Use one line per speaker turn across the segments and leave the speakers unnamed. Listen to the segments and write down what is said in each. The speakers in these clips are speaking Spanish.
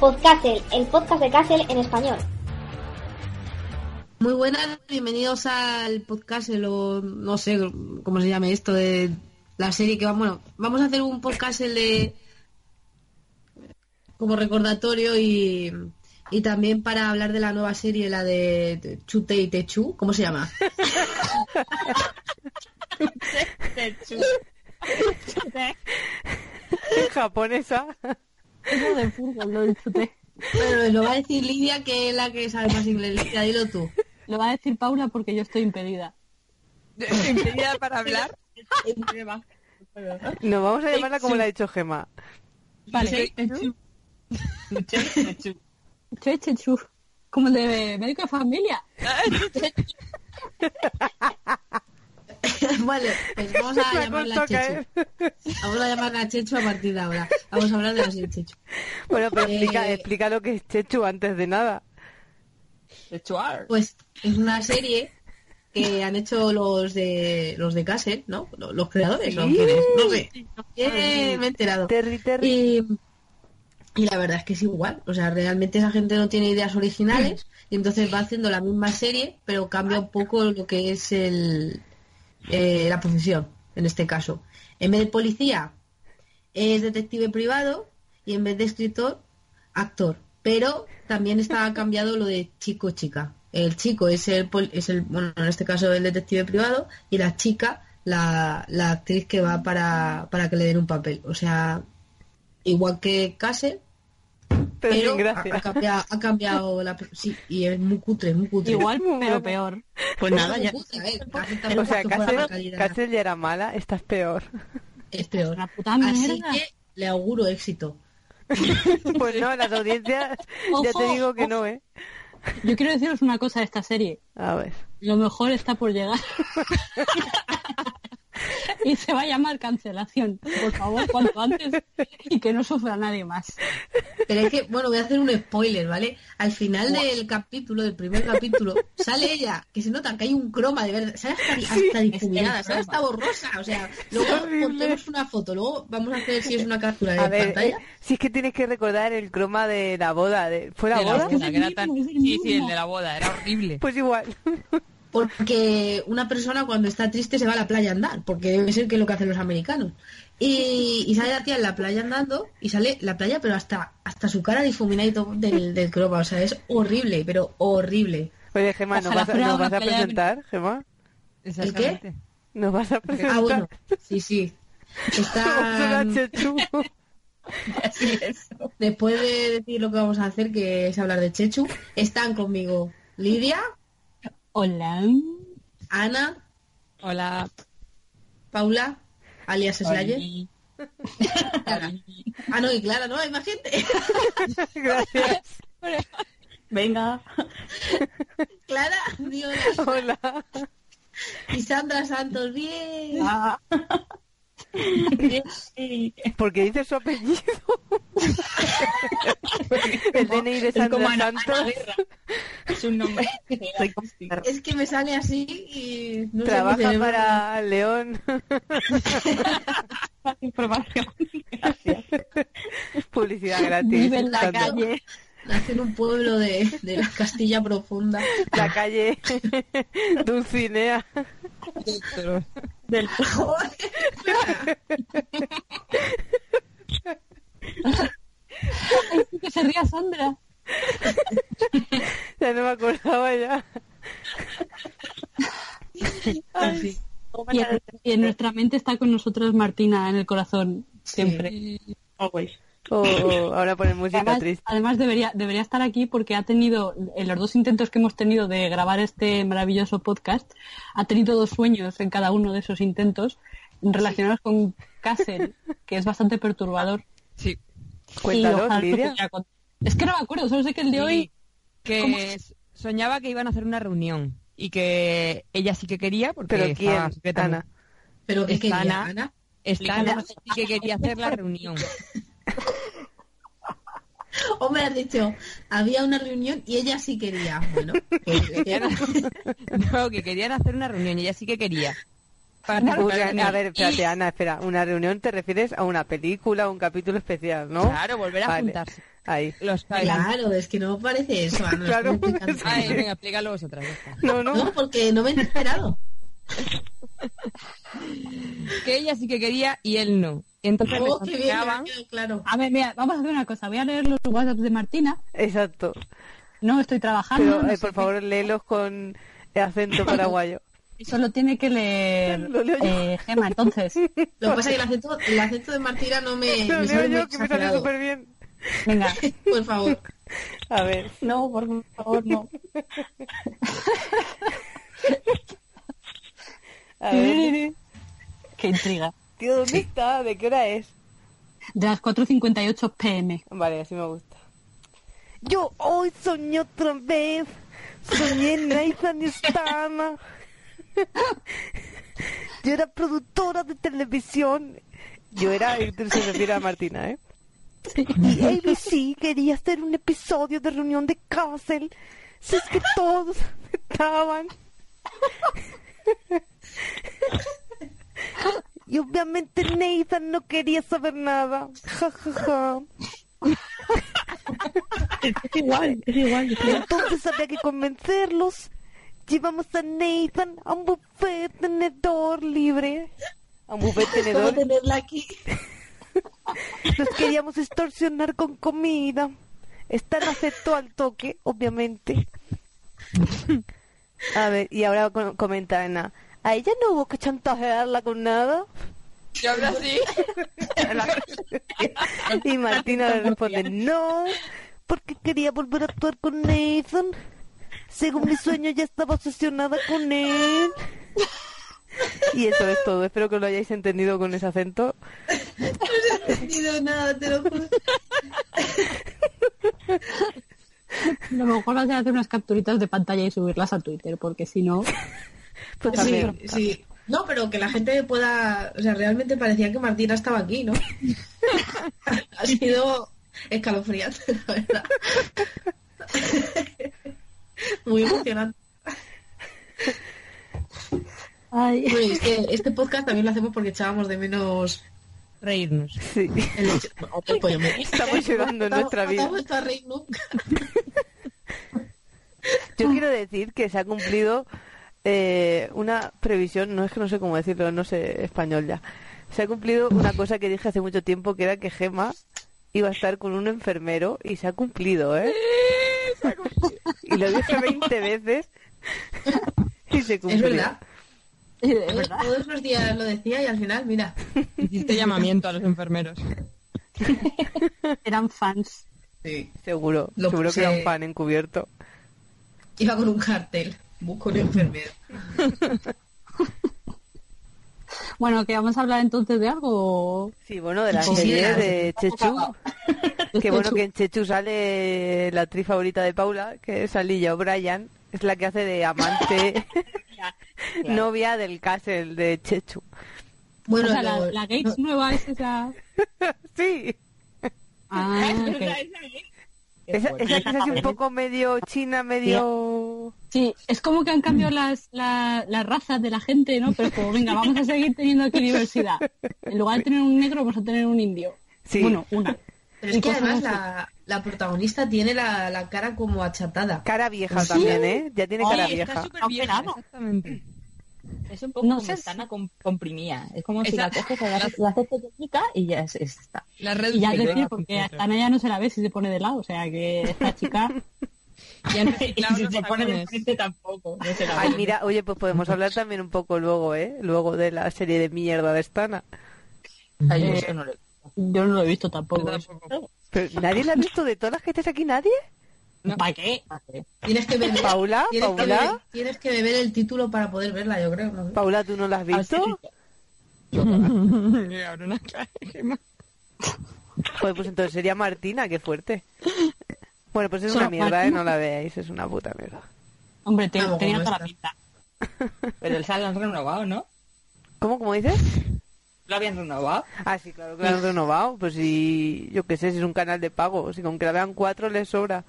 Podcastle, el podcast de Castle en español.
Muy buenas, bienvenidos al podcast, o no sé cómo se llame esto, de la serie que vamos, bueno, vamos a hacer un podcast el de como recordatorio y, y también para hablar de la nueva serie, la de Chute y Techu, ¿cómo se llama?
japonesa.
Eso de fútbol, lo del chute.
Bueno, lo va a decir Lidia, que es la que sabe más inglés. Lidia, dilo tú.
Lo va a decir Paula porque yo estoy impedida.
Impedida para hablar. No, vamos a llamarla como la ha dicho Gema.
Vale. Chechu. Chechu. Como el de médico de familia.
vale, pues vamos a
Me ¿eh?
llamarla
costó
Chechu.
caer.
Vamos a llamarla Chechu a partir de ahora. Vamos a hablar de la serie Chechu.
Bueno, pero
Eh,
explica, explica lo que es Chechu antes de nada.
Pues es una serie que han hecho los de los de Castle, ¿no? Los, los creadores, ¿no? ¿Quiénes? No sé. Eh, me he enterado.
Terry, Terry.
Y, y la verdad es que es igual. O sea, realmente esa gente no tiene ideas originales y entonces va haciendo la misma serie, pero cambia un poco lo que es el, eh, la profesión, en este caso. En vez de policía, es detective privado y en vez de escritor, actor. Pero también está cambiado lo de chico-chica. El chico es el, pol- es el, bueno, en este caso el detective privado y la chica, la, la actriz que va para, para que le den un papel. O sea, igual que Case,
pero
pero ah,
sin gracia.
ha, ha cambiado, ha cambiado la... Sí, y es muy cutre, muy cutre.
Igual,
Muy buena.
pero peor.
Pues nada, ya.
o sea, Castle,
casi,
Castle ya era mala, esta es peor.
es peor.
Una puta
Así
Ah, mierda.
que le auguro éxito.
Pues no, las audiencias, ya te
Ojo,
digo que no, ¿eh?
Yo quiero deciros una cosa de esta serie.
A ver.
Lo mejor está por llegar. y se va a llamar cancelación. Por favor, cuanto antes. Y que no sufra nadie más.
Pero es que, bueno, voy a hacer un spoiler, ¿vale? Al final del capítulo, del primer capítulo, sale ella, que se nota que hay un croma, de verdad, sale hasta, hasta difuminada,
es el
sale hasta borrosa, o sea, luego
horrible.
pondremos una foto, luego vamos a hacer si es una captura
A
de
ver,
pantalla.
eh, si es que tienes que recordar el croma de la boda. de- ¿Fue la
de la
boda?
boda, que era tan...
Es el mismo, es el
Sí, sí, el
mismo.
de la boda, era horrible.
Pues igual.
Porque una persona cuando está triste se va a la playa a andar, porque debe ser que es lo que hacen los americanos. Y, y sale la tía en la playa andando, y sale la playa, pero hasta hasta su cara difuminada y todo del, del croma, o sea, es horrible, pero horrible.
Oye, Gemma, ¿nos
Ojalá
vas, a-
fuera
nos
una
vas a
playa de-
presentar, Gemma?
Exactamente.
¿Nos vas a presentar?
Ah, bueno, sí, sí. Está... mm,
Hola, Chechu.
Después de decir lo que vamos a hacer, que es hablar de Chechu, están conmigo Lidia,
Hola.
Ana,
Hola.
Paula, alias Slayer.
Oli.
Ah, no, y Clara, no, hay más gente.
Gracias.
Venga.
Clara, Dios.
Hola.
Y Sandra Santos, bien.
Ah. Porque dice su apellido. el DNI de
Es como Ana-
Sandra
Ana
Santos.
Guerra. Es un nombre. Soy como-
Es que me sale así y no sé mi
Trabaja
cerebro.
para León.
información.
Publicidad gratis.
Vive en la
Sandra.
calle.
Nace en un pueblo de, de la Castilla Profunda.
La calle. Dulcinea.
Del
Ay, sí, que se ría Sandra.
Ya no me acordaba ya.
Y en, y en nuestra mente está con nosotros Martina en el corazón, siempre.
Always.
Oh, oh, ahora poner música
Además,
triste.
además debería, debería estar aquí porque ha tenido, en los dos intentos que hemos tenido de grabar este maravilloso podcast, ha tenido dos sueños en cada uno de esos intentos relacionados con Castle, que es bastante perturbador.
Sí.
y
Cuéntanos,
ojalá lo
Lidia.
pudiera contar. Es que no me acuerdo, solo sé que el de
Sí,
hoy ¿Cómo
que s- soñaba que iban a hacer una reunión y que ella sí que quería porque
¿Pero
estaba
quién?
sujeta a mí.
Ana.
Pero que
Está
quería,
Ana.
Ana.
Está
Ana.
Ana, sí que quería hacer la reunión.
O me has dicho, había una reunión y ella sí quería. Bueno, pues, que- que-
No, que querían hacer una reunión y ella sí que quería. Para hacer una
Una-
reunión.
a ver, espérate, Ana, espera. Una reunión te refieres a una película, a un capítulo especial, ¿no?
Claro, volver a
Vale.
juntarse.
Ahí.
Los Thailand.
claro, es que no me parece eso. Ana,
Claro,
no, estoy
pues,
Ay,
cansada.
venga, explícalo vosotras. ya está.
No, no.
No, porque no me he enterado.
Que ella sí que quería y él no. Y entonces
Oh,
le
qué bien, me ha
soñaban-
quedado claro.
A ver, mira, vamos a hacer una cosa. Voy a leer los WhatsApps de Martina.
Exacto.
No estoy trabajando.
Pero,
Ah, no
eh,
sé
por favor, léelos con acento paraguayo.
qué. Solo tiene que leer
Lo leo yo.
eh, Gema, entonces.
Lo que pasa es que el acento, el acento de Martina no me,
Lo
Eh, me
leo
sale muy
yo, que me sale
exagerado.
súper bien.
Venga.
Por favor.
A ver.
No, por favor, no.
A ver.
Qué intriga.
Tío, ¿dónde está? ¿De qué hora es?
De las 4.58 pm.
Vale, así me gusta. Yo hoy soñé otra vez. Soñé Nathan Stana. Yo era productora de televisión. Yo era, se refiere a Martina, ¿eh? Y ABC quería hacer un episodio de reunión de Castle. Si es que todos estaban. Y obviamente Nathan no quería saber nada. Ja, ja, ja.
Es igual, es igual.
Entonces había que convencerlos. Llevamos a Nathan a un buffet tenedor libre. A un buffet
Vamos a
tenedor.
tenerla aquí.
Nos queríamos extorsionar con comida. Estar aceptó al toque, obviamente. A ver, y ahora co- comenta Ana. ¿A ella no hubo que chantajearla con nada?
Yo hablo así.
Y Martina le responde, no, porque quería volver a actuar con Nathan. Según mi sueño ya estaba obsesionada con él. Y eso es todo. Espero que lo hayáis entendido con ese acento.
No he entendido nada, te lo juro.
A lo mejor vas a hacer unas capturitas de pantalla y subirlas a Twitter, porque si no...
Pues
Sí,
también.
sí. No, pero que la gente pueda... O sea, realmente parecía que Martina estaba aquí, ¿no? ha sido escalofriante, la verdad. Muy emocionante.
Ay.
Bueno, y es que este podcast también lo hacemos porque echábamos de menos
Reírnos.
Sí.
el hecho... Hombre, pues yo me-
Estamos llorando en
No,
nuestra
no
vida.
te has vuelto a reír nunca.
Yo quiero decir que se ha cumplido eh, una previsión, no es que no sé cómo decirlo, no sé español ya. Se ha cumplido una cosa que dije hace mucho tiempo, que era que Gema iba a estar con un enfermero y se ha cumplido, ¿eh? Y lo dije 20 veces y se
Es
cumplió.
verdad.
Es
Yo
verdad.
Todos los días lo decía y al final, mira,
Hiciste llamamiento a los enfermeros.
Eran fans.
sí,
Seguro,
Lo
seguro que era un
puse-
fan encubierto.
iba con un cartel, busco una enfermedad.
Bueno, que vamos a hablar entonces de algo...
Sí, bueno, de la
Sí, sí,
serie
la-
de Chechu. Que bueno
Chechu.
que en Chechu sale la actriz favorita de Paula, que es Alilla O'Brien, es la que hace de amante, novia del Castle de Chechu.
O
Bueno,
sea, la,
lo-
la Gates nueva es esa...
Sí,
Ah, ok.
esa, esa actriz así un poco medio china, medio...
Sí, es como que han cambiado las, la- las razas de la gente, ¿no? Pero es como, venga, vamos a seguir teniendo aquí diversidad. En lugar de tener un negro, vamos a tener un indio.
Sí.
Bueno, una.
pero es
y
que
cosas
además
así.
la, la protagonista tiene la, la cara como achatada.
Cara vieja también, ¿eh? Ya tiene
Sí,
cara
está
vieja.
súper vieja, exactamente.
Es un poco
No
como
sé
Tana com- comprimida. Es como si
Esa-
la coges, la, la haces pequeñita y ya es, es- está.
La red
Y ya
que
decir,
lleva
porque
por
a
dentro.
Tana ya no se la ve si se pone de lado, o sea que esta chica...
Y han reciclado
y si
los
se pone de
tacones.
frente tampoco. No se la
Ay,
ve.
mira, oye, pues podemos hablar también un poco luego, ¿eh? Luego de la serie de mierda de Stana.
Ay,
Eh,
yo eso no lo-
Yo no lo he visto
Yo
tampoco. ¿eh?
tampoco.
Pero, ¿Nadie la ha visto de todas las que estés aquí? ¿Nadie?
¿Para qué?
Tienes que beber,
Paula,
tienes, que beber,
Paula,
tienes que beber el título para poder verla, yo creo. ¿no?
Paula, ¿tú no
Ah,
la has visto?
Le abro una cara de Gemma.
Joder, pues entonces sería Martina, qué fuerte. Bueno, pues es
Solo
una mierda,
Martina.
¿eh? No la veáis, es una puta mierda.
Hombre, te-
Vamos,
tenía
¿cómo
toda la
está?
pinta.
Pero el SAL lo han renovado, ¿no?
¿Cómo, cómo dices?
¿Lo habían renovado?
Ah, sí, claro que lo han renovado. Pues si, yo qué sé, si es un canal de pago. Si con que la vean cuatro les sobra.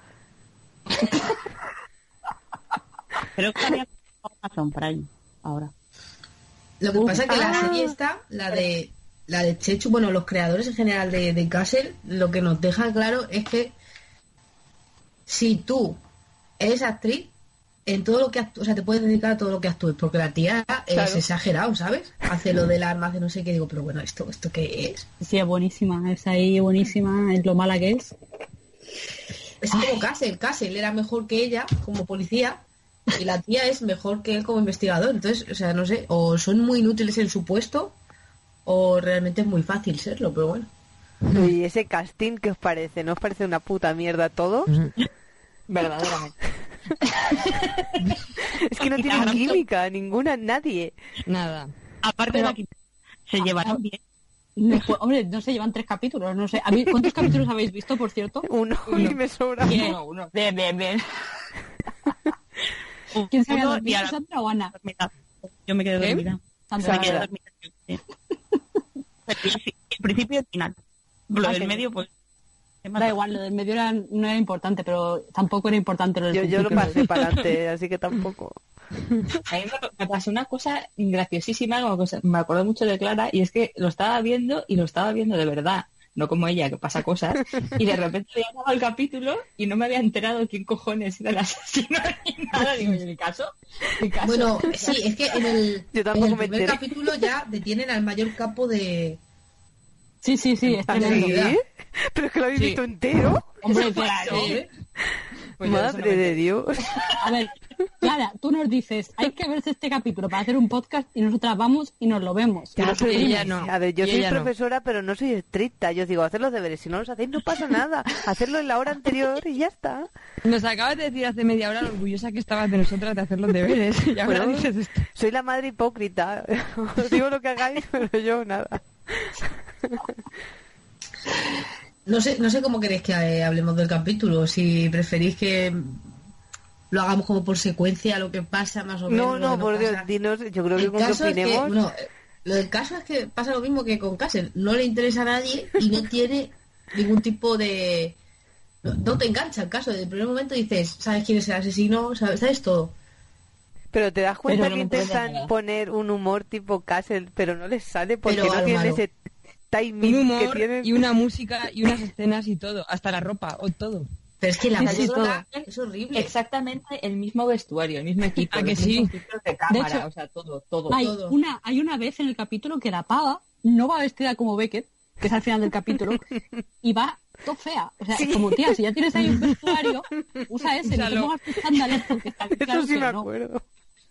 Creo que había Amazon Prime ahora.
Lo que pasa es que la serie está, la de la de Chechu, bueno, los creadores en general de, de Castle, lo que nos deja claro es que si tú eres actriz, en todo lo que actúes, o sea, te puedes dedicar a todo lo que actúes, porque la tía es
Claro.
exagerado, ¿sabes? Hace lo del arma, hace no sé qué, digo, pero bueno, ¿esto esto qué es?
Sí, es buenísima, es ahí buenísima, es lo mala que es.
Es como Castle, Castle era mejor que ella como policía y la tía es mejor que él como investigador, entonces, o sea, no sé, o son muy inútiles en su puesto o realmente es muy fácil serlo, pero bueno.
Y ese casting, ¿qué os parece? ¿No os parece una puta mierda todo?
Verdaderamente.
Es que no tienen química, ninguna, nadie.
Nada.
Aparte de la quinta, se
Ah,
llevarán bien. hombre, no se llevan tres capítulos, no sé. A mí- ¿Cuántos capítulos habéis visto, por cierto?
Uno, y me sobra.
Bien.
Uno, uno.
Bien, bien, bien. ¿Quién se había
Uno
dormido,
y a la-
Sandra o Ana?
Dormida. Yo me quedé
¿Qué?
dormida.
Sandra.
Me quedé
Sandra.
dormida. Sí. El principio y el final. Lo
Ah,
del
sí.
medio, pues... ¿qué más
Da
da?
igual, lo del medio era- no era importante, pero tampoco era importante lo del
Yo, yo lo
principio.
pasé para adelante, así que tampoco.
A mí me- me pasó una cosa graciosísima, como que se- me acordé mucho de Clara, y es que lo estaba viendo y lo estaba viendo de verdad, no como ella, que pasa cosas, y de repente había acabado el capítulo y no me había enterado quién cojones era el asesino ni nada. Digo, ¿y el caso? ¿El caso?
Bueno, sí, es que en el,
Yo tampoco
en el
me
primer
enteré.
capítulo ya detienen al mayor capo de...
Sí, sí, sí, es tremendo.
¿Ah, ¿Sí? ¿Pero es que lo habéis
Sí.
visto entero?
Hombre, claro.
¿eh?
Pues yo eso no
Madre
me
de Dios.
A ver, Clara, tú nos dices, hay que verse este capítulo para hacer un podcast y nosotras vamos y nos lo vemos.
Ya, pero ella no.
A ver, yo
Y
soy
ella no.
profesora, pero no soy estricta. Yo os digo, hacer los deberes. Si no los hacéis, no pasa nada. Hacerlo en la hora anterior y ya está.
Nos acabas de decir hace media hora lo orgullosa que estabas de nosotras de hacer los deberes. Y ahora
Bueno.
dices esto.
Soy la madre hipócrita. Os digo lo que hagáis, pero yo nada.
No sé, no sé cómo queréis que eh, hablemos del capítulo, si preferís que lo hagamos como por secuencia, lo que pasa más o
No,
menos. lo
no,
que
por Dios,
pasa.
dinos, yo creo que
El
con que
caso es que,
opinemos...
bueno, lo del caso es que pasa lo mismo que con Castle, no le interesa a nadie y no tiene ningún tipo de... No, no te engancha el caso, desde el primer momento dices, sabes quién es el asesino, sabes, sabes todo.
Pero te das cuenta
Pero no
que
me interesa
intentan
nada.
poner un humor tipo Castle, pero no les sale porque
Pero
no
algo
tienen
malo.
ese timing
Un
que
humor
tienen.
y una música y unas escenas y todo. Hasta la ropa o todo.
Pero es que la
Sí, sí,
persona es horrible.
Exactamente el mismo vestuario, el mismo equipo,
¿A
los
Ah, que sí?
mismos filtros de cámara,
hecho-
o sea, todo, todo.
Hay
todo.
una, hay una vez en el capítulo que la pava no va vestida como Beckett, que es al final del capítulo, y va todo fea. O sea, es como tía, si ya tienes ahí un vestuario, usa ese, no te
Úsalo.
pongas tus sandalias porque está claro
Eso sí
que
me
no. O
acuerdo.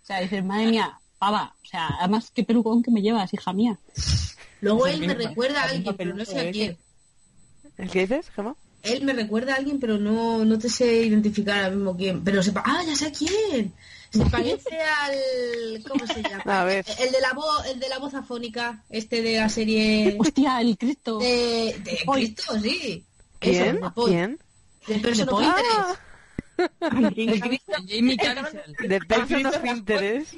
sea, dices, madre mía, pava, o sea, además qué pelucón que me llevas, hija mía.
Luego
Es
él
el
me
mismo-
recuerda a
la misma
alguien, pero no sé
peluca
a
de
quién.
¿El que dices, Gemma?
Él me recuerda a alguien, pero no, no te sé identificar ahora mismo quién. Pero sepa, ah, ya sé quién. Se parece al ¿cómo se llama?
A ver.
El de la voz, el de la voz afónica, este de la serie
Hostia, el Cristo.
de, de
Hoy.
Cristo, sí. Eso,
¿Quién?
de Paul.
¿Quién? Ah.
De Person
¿De
of
Paul?
Interest.
El Cristo, Jamie Carrasel.
De Person of Interest.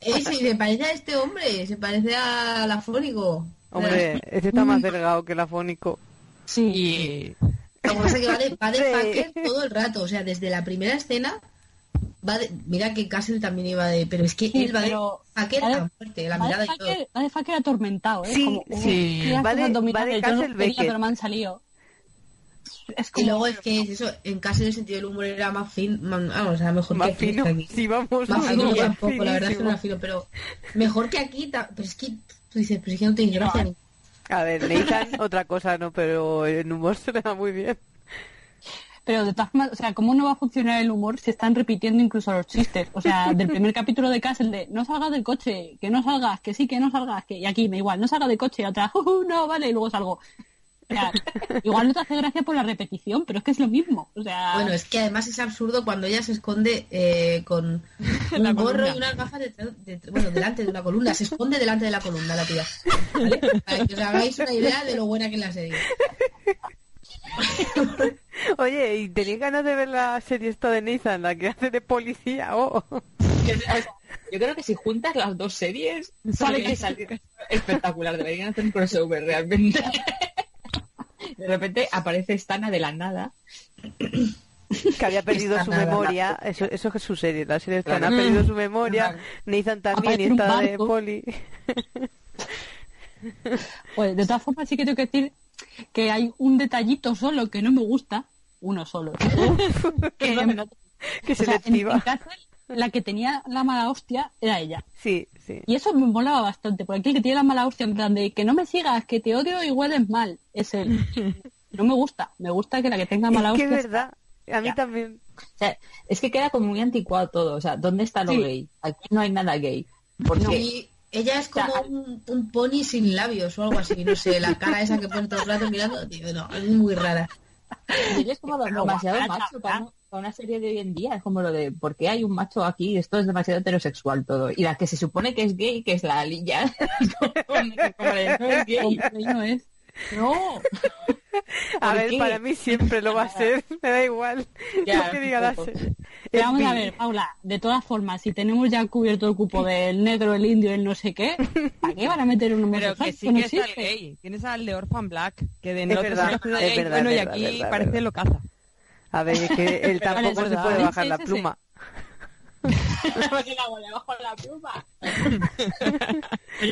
Ese, y se Eh, parece a este hombre, se parece al afónico.
Hombre, ese está más delgado que el afónico.
Sí.
Y
Lo que pasa es que va de, va de
Sí.
punker todo el rato, o sea, desde la primera escena va de- Mira que Castle también iba de... Pero es que
Sí,
él va
pero-
de punker
va de-
tan fuerte, la
Va de
mirada y todo.
fucker- va de fucker atormentado, ¿eh?
Sí,
como, uh,
sí.
qué
Va
haces
de-
abdominales,
va de
yo no
Castle
quería,
Beckett.
pero me han salido. Es
Y
como,
luego es que es eso, en Castle el sentido del humor era más fin, más, ah, o sea, mejor
Más
que aquí,
fino.
que aquí.
Sí, vamos.
Más fino
más
yo tampoco, la verdad es que no
finísimo.
era fino, pero mejor que aquí, ta- pero es que tú dices, pero es que no tiene gracia ni-
A ver, Nathan, otra cosa no, pero en humor se le da muy bien.
Pero de todas formas, o sea, ¿cómo no va a funcionar el humor si están repitiendo incluso los chistes? O sea, del primer capítulo de Castle de no salgas del coche, que no salgas, que sí, que no salgas, que y aquí me igual, no salgas del coche, y otra, "Juju, no, vale, y luego salgo. O sea, igual no te hace gracia por la repetición, pero es que es lo mismo. O sea,
Bueno, es que además es absurdo cuando ella se esconde eh, con un
La
gorro
columna.
y unas gafas detrás- de- bueno, delante de una columna. Se esconde delante de la columna la tía. ¿Vale? Para que os hagáis una idea de lo buena que es la serie.
Oye, ¿y tenéis ganas de ver la serie esta de Nathan, la que hace de policía? Oh.
Que- o sea, Yo creo que si juntas las dos series, sale que sale espectacular. Deberían hacer un crossover realmente. De repente aparece Stana de la nada.
que había perdido
Esta
su
nada,
memoria. Eso, eso es su serie, la serie está.
Claro.
Ha perdido su memoria.
Ajá.
Nathan también y
Aparece en un
está de
barco.
poli.
pues, de todas formas sí que tengo que decir que hay un detallito solo que no me gusta, uno solo.
Que no me noto.
Que
O sea, en
selectiva.
Castle, la que tenía la mala hostia era ella.
Sí, sí.
Y eso me molaba bastante, porque aquí el que tiene la mala hostia en plan de que no me sigas, que te odio y hueles mal, es él. No me gusta, me gusta que la que tenga mala
Es que es
hostia...
verdad. A mí
Ya.
también.
O sea, es que queda como muy anticuado todo. O sea, ¿dónde está lo
Sí.
gay? Aquí no hay nada gay. Porque
Y ella es como un, un pony sin labios o algo así. No sé, la cara esa que pone todo el rato mirando. Tío, no, es muy rara.
Yo es como demasiado macho para, un- para una serie de hoy en día. Es como lo de, ¿por qué hay un macho aquí? Esto es demasiado heterosexual todo. Y la que se supone que es gay, que es la alilla. Es como- como de, no es gay.
Hombre, no es.
No.
A
¿Por
ver,
qué?
para mí siempre lo va a ser. Me da igual.
Ya,
lo que diga la
un poco.
serie. Es
Pero vamos a
bi.
ver, Paula, de todas formas, si tenemos ya cubierto el cupo del negro, el indio, el no sé qué, ¿para qué van a meter un
Pero
homosexual?
que sí
Eso no
que está el
existe.
gay. Tienes al de Orphan Black, que de
Es
norte
verdad,
sale
es
gay,
verdad,
bueno,
es verdad,
y
es
aquí
verdad,
parece
verdad.
lo caza.
A ver, es que él tampoco se
verdad.
puede bajar la
Sí, sí, sí.
pluma.
Porque la volé bajo la pluma.
¿Pero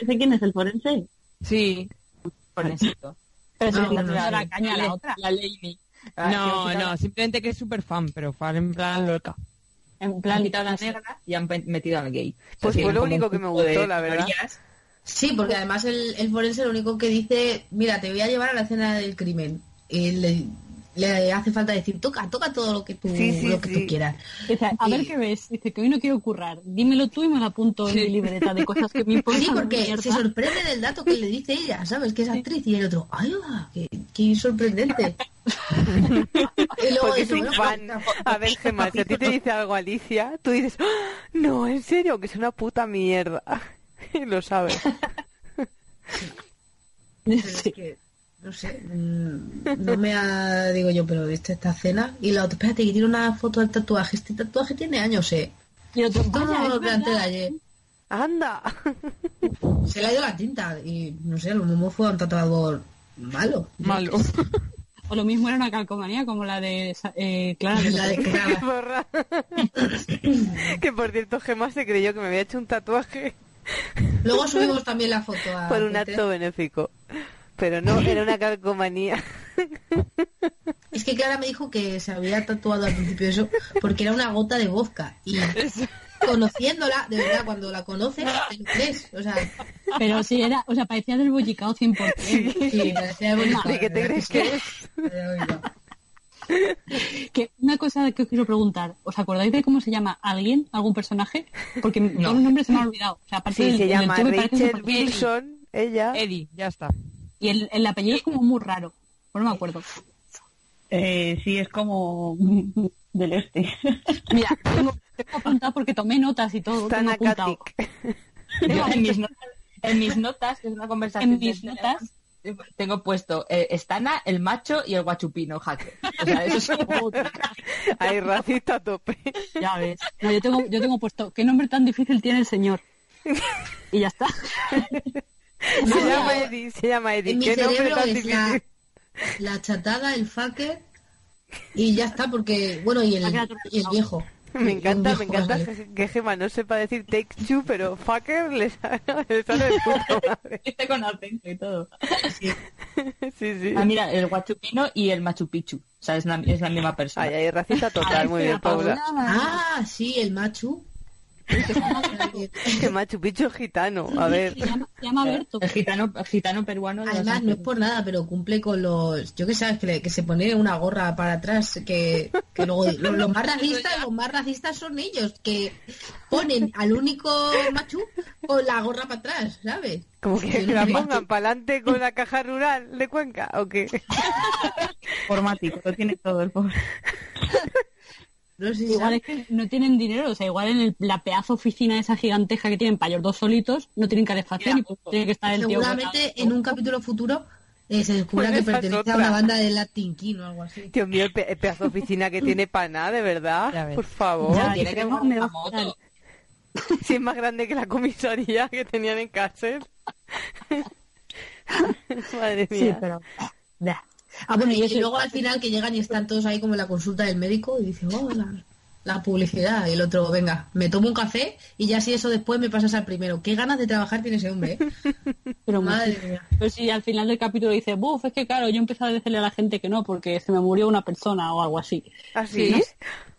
sé quién es el forense?
Sí.
Por esto.
Pero si
No,
le está
no,
tirando
no.
la caña a la otra.
La Lainey. Ah,
No,
que han quitado
no, simplemente que es súper fan, pero fan en plan loca.
En
la-
plan,
Han quitado la negra y han pe- metido al gay.
Pues
Así,
fue lo
como
único
un
que me
grupo de
gustó, la verdad.
minorías.
Sí, porque además el, el forense lo único que dice, mira, te voy a llevar a la escena del crimen. Y le, le hace falta decir, toca, toca todo lo que tú,
Sí, sí,
lo que
sí.
tú quieras.
dice, a ver qué ves. Dice que hoy no quiero currar. Dímelo tú y me lo apunto en mi libreta de cosas que me importan.
Sí, porque
mierda.
se sorprende del dato que le dice ella, ¿sabes? Que es actriz y el otro, ¡ay, va! Qué, qué sorprendente! y luego
Porque es
dice,
un
bueno, pues,
fan. A ver, Gemma, si a ti te dice algo Alicia, tú dices, "¡Ah! no, en serio, que es una puta mierda. Y lo sabes.
pero es que, no sé, mm, no me ha, digo yo, pero ¿viste esta escena? Y la otra, espérate, que tiene una foto del tatuaje. Este tatuaje tiene años, ¿eh?
Y el otro,
Todo
"Vaya, es
lo que
verdad".
antes de ayer.
¡Anda!
se le ha ido la tinta y no sé, a lo mismo fue un tatuador malo.
Malo.
O lo mismo era una calcomanía como la de Sa- eh, Clara. de
La de que nada.
Zorra. que por cierto, Gemma se creyó que me había hecho un tatuaje
Luego subimos también la foto
Ah,
a
por un
Twitter.
acto benéfico. Pero no, era una calcomanía.
Es que Clara me dijo que se había tatuado al principio eso porque era una gota de vodka y conociéndola, de verdad, cuando la conoces, te lo crees. O sea,
Pero sí, era, o sea, parecía del bollicao 100%.
sí, parecía bonito.
¿De qué te crees que es?
Que una cosa que os quiero preguntar, ¿os acordáis de cómo se llama alguien, algún personaje? Porque todo el nombre se me ha olvidado. O sea, aparte
Sí, se
del- del
llama
tubo, parece un
Rachel
personaje.
Wilson, ella.
Eddie, ya está.
Y el, el apellido es como muy raro. Pues no me acuerdo.
Eh, sí, es como del este.
Mira, tengo, tengo apuntado porque tomé notas y todo. Tengo
Tana
apuntado.
Katic.
Yo en mis notas, en mis notas, que es una conversación.
En mis
del
notas.
teléfono, Tengo puesto eh, Stana, el macho y el guachupino jaque. O sea, eso es
Ay, racista a tope.
Oh, Ya ves. No, yo, tengo, yo tengo puesto, ¿qué nombre tan difícil tiene el señor? Y ya está.
Se llama Eddie, se llama Eddie.
En mi
¿Qué nombre
cerebro
tan
es la,
difícil?
la chatada, el fucker y ya está, porque, bueno, y
Ha
el,
quedado
y el viejo.
Me encanta,
Un
me
viejo,
encanta
vale.
que Gemma no sepa decir take two, pero fucker le sale, le sale de puta madre.
Este con acento y todo.
Sí, sí.
Ah, mira, el guachupino y el machu picchu. O sea, es la, es la misma persona.
Ay, ay, racista total, muy bien, Paula.
Ah, sí, el machu.
que se llama,
Que Machu Picchu es gitano. A ver.
se llama, se llama Berto.
El gitano, el gitano peruano. de las
Además, no es por nada, pero cumple con los... Yo que sabes, que, le- que se pone una gorra para atrás, que, que luego... lo- Los, más racistas, los más racistas son ellos, que ponen al único machu con la gorra para atrás, ¿sabes?
Como que,
Sí,
que la
sí.
pongan para adelante con la caja rural de Cuenca, ¿o qué?
Informático, lo tiene todo el pobre.
No sé si sabes.
Igual es que no tienen dinero, o sea, igual en el- la pedazo oficina esa giganteja que tienen para ellos dos solitos, no tienen calefacción y pues tiene que estar el tío...
Seguramente en un capítulo futuro eh, se descubra
Pues
que
esa es
pertenece a
otra.
una banda de Latin King o algo así.
Dios mío, el pe- el pedazo de oficina que tiene para nada, de
Ya
verdad.
ves.
Por favor.
Ya,
tiene que
creo
mover
me
la
va a
moto.
gustar.
Si es más grande que la comisaría que tenían en cárcel. Madre
Sí,
mía.
pero... Nah. Ah, bueno, y
Y
eso...
luego al final que llegan y están todos ahí como en la consulta del médico y dice, oh, la, la publicidad. Y el otro, venga, me tomo un café y ya si eso después me pasas al primero. Qué ganas de trabajar tiene ese hombre, ¿eh?
pero
Madre
muchísimo.
mía.
Pero si al final del capítulo dice, buf, es que claro, yo empezaba a decirle a la gente que no, porque se me murió una persona o algo así.
¿Así?
No sé.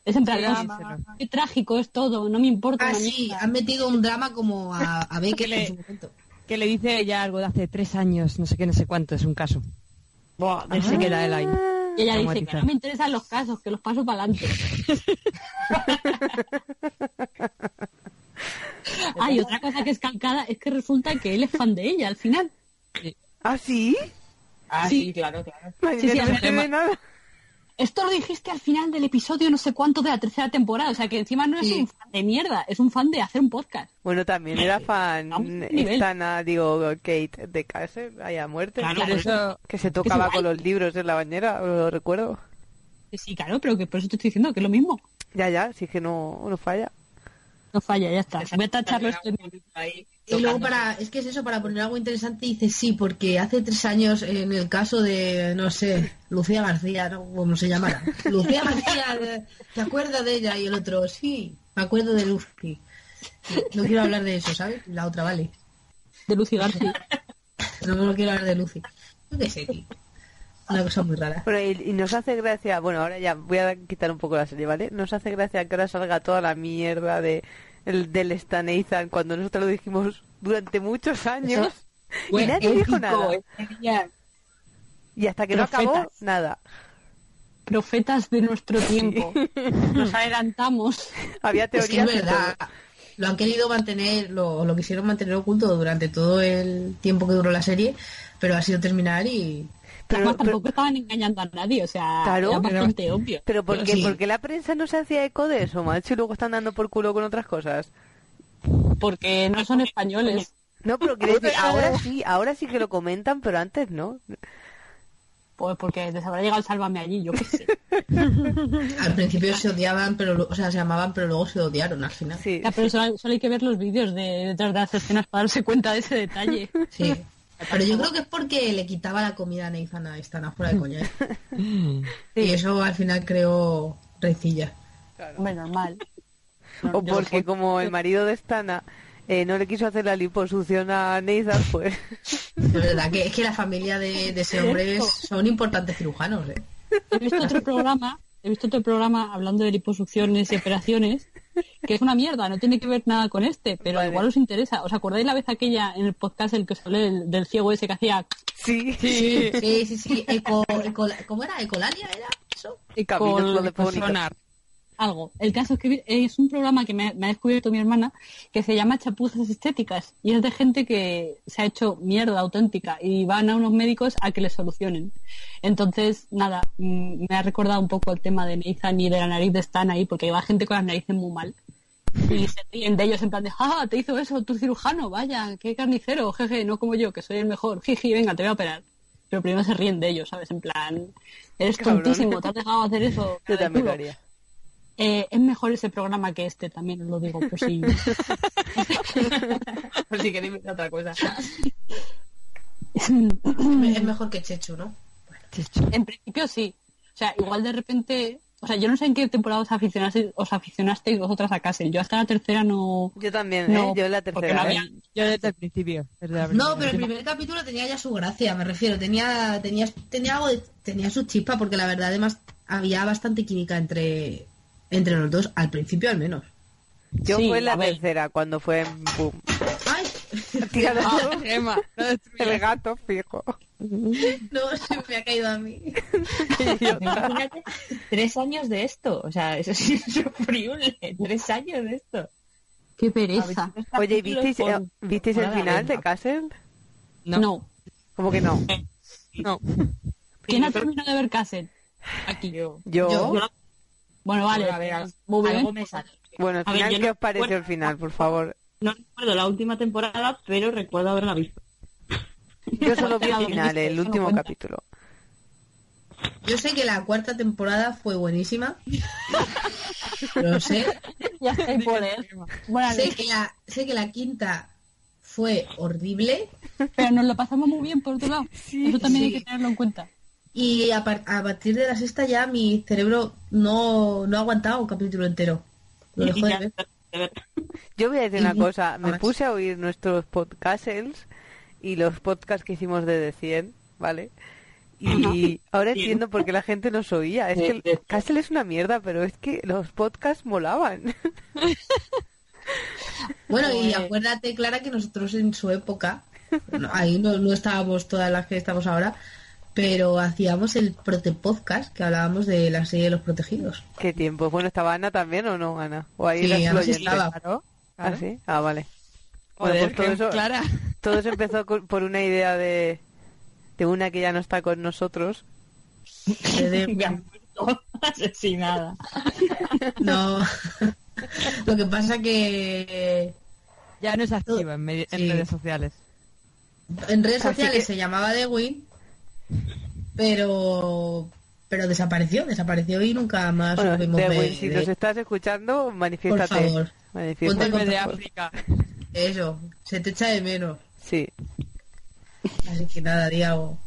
Es en plan,
Sí,
"Ah,
sí,
mamá,
sí,
qué trágico es todo, no me importa.
Ah,
una
sí,
mierda".
han metido un drama como a, a Becker en su momento.
Que le dice ya algo de hace tres años, no sé qué, no sé cuánto, es un caso. Él
ah.
se queda él ahí.
Y ella dice, que
traumatizado.
no me interesan los casos, que los paso para adelante. Ay, otra cosa que es calcada es que resulta que él es fan de ella al final.
¿Así?
Ah,
Sí.
sí, claro, claro.
Madre
Sí, sí,
mía, no
el
se te
tema-
ve nada.
Esto lo dijiste al final del episodio no sé cuánto de la tercera temporada, o sea que encima no es
Sí.
un fan de mierda, es un fan de hacer un podcast.
Bueno, también era
A un
fan
nivel.
Estana, digo, Kate de cárcel, haya muerte.
Claro,
Por eso,
Que se tocaba
Es
con
igual.
los libros en la bañera, lo recuerdo.
Que Sí, claro, pero que por eso te estoy diciendo que es lo mismo.
Ya, ya, si es que no, no falla.
No falla, ya está. Voy a tacharlo esto de-
Ahí,
Y luego
tocando.
para, es que es eso, para poner algo interesante, dice sí, porque hace tres años en el caso de, no sé, Lucía García, ¿no? como se llamara. Lucía García, ¿te acuerdas de ella? Y el otro, sí, me acuerdo de Lucy. No quiero hablar de eso, ¿sabes? La otra, vale.
de Lucy García.
No, no quiero hablar de Lucy. Yo qué sé, tío. Una cosa muy rara.
Bueno, y, y nos hace gracia, bueno, ahora ya voy a quitar un poco la serie, ¿vale? Nos hace gracia que ahora salga toda la mierda de el, del Stan Ethan cuando nosotros lo dijimos durante muchos años y
Bueno,
nadie
épico,
dijo nada.
eh.
este día.
Y hasta que no
Profetas.
acabó, nada.
Profetas de nuestro tiempo. Nos adelantamos.
Había
Es que es
teorías de
verdad.
todo.
Lo han querido mantener, lo, lo quisieron mantener oculto durante todo el tiempo que duró la serie, pero ha sido terminar y...
Pero,
Además,
pero,
tampoco estaban engañando a nadie, o sea,
Claro,
era
pero-
bastante obvio.
pero ¿por qué?
Sí.
¿Por qué la prensa no se hacía eco de eso, macho? Y luego están dando por culo con otras cosas.
Porque no son españoles.
No, pero quiero decir, ahora sí, ahora sí que lo comentan, pero antes no.
Pues porque les habrá llegado el sálvame allí, yo qué sé.
Al principio se odiaban, pero lo- o sea, se amaban, pero luego se odiaron al final.
Sí.
Ya, pero solo, solo hay que ver los vídeos de detrás de las escenas para darse cuenta de ese detalle.
Sí. Pero yo creo que es porque le quitaba la comida a Nathan a Stan, a fuera de coña. ¿eh? Y eso al final creó rencilla.
Hombre, normal.
O
Yo-
porque como el marido de Stana eh, no le quiso hacer la liposucción a Nathan, pues
Es verdad que es que la familia de, de ese hombre es- son importantes cirujanos, ¿eh?
He visto otro programa, he visto otro programa hablando de liposucciones y operaciones, que es una mierda, no tiene que ver nada con este, pero
Vale.
igual os interesa. ¿Os acordáis la vez aquella en el podcast en el que os hablé del, del ciego ese que hacía
sí.
Sí, sí, sí. Eco- eco- ¿Cómo era? ¿Ecolalia era eso?
Y caminos
Con-
telefónicos.
sonar.
algo. El caso es que vi- es un programa que me, ha- me ha descubierto mi hermana que se llama Chapuzas Estéticas y es de gente que se ha hecho mierda auténtica y van a unos médicos a que les solucionen. Entonces, nada, mm, me ha recordado un poco el tema de Nathan y de la nariz de Stan ahí porque va gente con las narices muy mal. Y se ríen de ellos en plan de, ah, te hizo eso tu cirujano, vaya, qué carnicero, jeje, no como yo, que soy el mejor, jiji, venga, te voy a operar. Pero primero se ríen de ellos, ¿sabes? En plan, eres
Cabrón.
tontísimo, te has dejado hacer eso.
Yo
cara de
también lo
culo".
haría.
Eh, es mejor ese programa que este, también os lo digo, por si...
Por si queréis ver otra cosa.
Es mejor que Chechu, ¿no?
en principio sí. O sea, igual de repente... O sea, yo no sé en qué temporada os aficionasteis, os aficionasteis vosotras a Castle. Yo hasta la tercera no...
Yo también, ¿eh?
No,
Yo en la
porque
tercera.
no
¿eh?
había-
Yo desde el principio. desde la
No, pero el
primera.
primer capítulo tenía ya su gracia, me refiero, tenía, tenía, tenía algo de, tenía su chispa, porque la verdad además había bastante química entre, entre los dos, al principio al menos.
Yo
Sí,
fue la
a ver.
tercera, cuando fue en boom.
¡Ay!
Tirado
Gemma, no destruyas.
el gato fijo.
No, se me ha caído a mí.
Imagínate tres años de esto. O sea, eso sí es horrible. Tres años de esto.
Qué
A ver,
pereza.
tres
Oye, ¿y
capítulos
¿visteis,
por-
eh, ¿visteis el
Nada,
final de
venga.
Castle?
No.
Como que no.
No.
¿Quién ha terminado de ver Castle? Aquí.
Yo,
Bueno, vale.
A ver,
pues,
al-
Muy bien.
algo me sale.
bueno, el
A ver,
final,
yo no
¿qué os pareció
recuerdo-
el final, por favor?
No recuerdo la última temporada, pero recuerdo haberla visto.
Yo solo vi
Cuéntalo,
el
que
final,
no sé,
el
eso no
último
cuenta.
capítulo.
Yo sé que la cuarta temporada fue buenísima. Lo sé.
Ya sé cuál es. Bueno,
Sé que la, sé que la quinta fue horrible.
pero nos lo pasamos muy bien por otro lado. Eso
sí.
también hay que tenerlo en cuenta.
Y a, par- a partir de la sexta ya mi cerebro no, no aguantaba un capítulo entero. Lo dejó de ver.
Yo voy a decir
Y
una
vi-
cosa, me
Ahora sí.
puse a oír nuestros podcasts y los podcasts que hicimos de The 100, ¿vale? Y ahora entiendo por qué la gente nos oía. Es que el- Castle es una mierda, pero es que los podcasts molaban.
Bueno, y acuérdate, Clara, que nosotros en su época, no- ahí no, no estábamos todas las que estamos ahora, pero hacíamos el Prote Podcast, que hablábamos de la serie de los protegidos.
¿Qué tiempo? Bueno, ¿estaba Ana también o no, Ana? ¿O ahí
Sí,
eras
Ana
el
sí
oyente?
estaba.
¿Ah, sí? Ah, vale.
Joder,
bueno, pues todo
Gemma,
eso,
Clara.
todo eso empezó con- por una idea de, de una que ya no está con nosotros.
Que de-
Me han muerto asesinada.
No. Lo que pasa que
Ya no es activa en, medi- en
Sí.
redes sociales.
en redes
Así
sociales
que-
se llamaba The Win, pero pero desapareció, desapareció y nunca más
Bueno,
supimos de-
Dewey, si
de-
nos estás escuchando, manifiéstate.
favor,
Manifiéstate,
ponte en
por
De
favor.
África.
de eso. Se te echa de menos.
Sí.
Así que nada, Diego.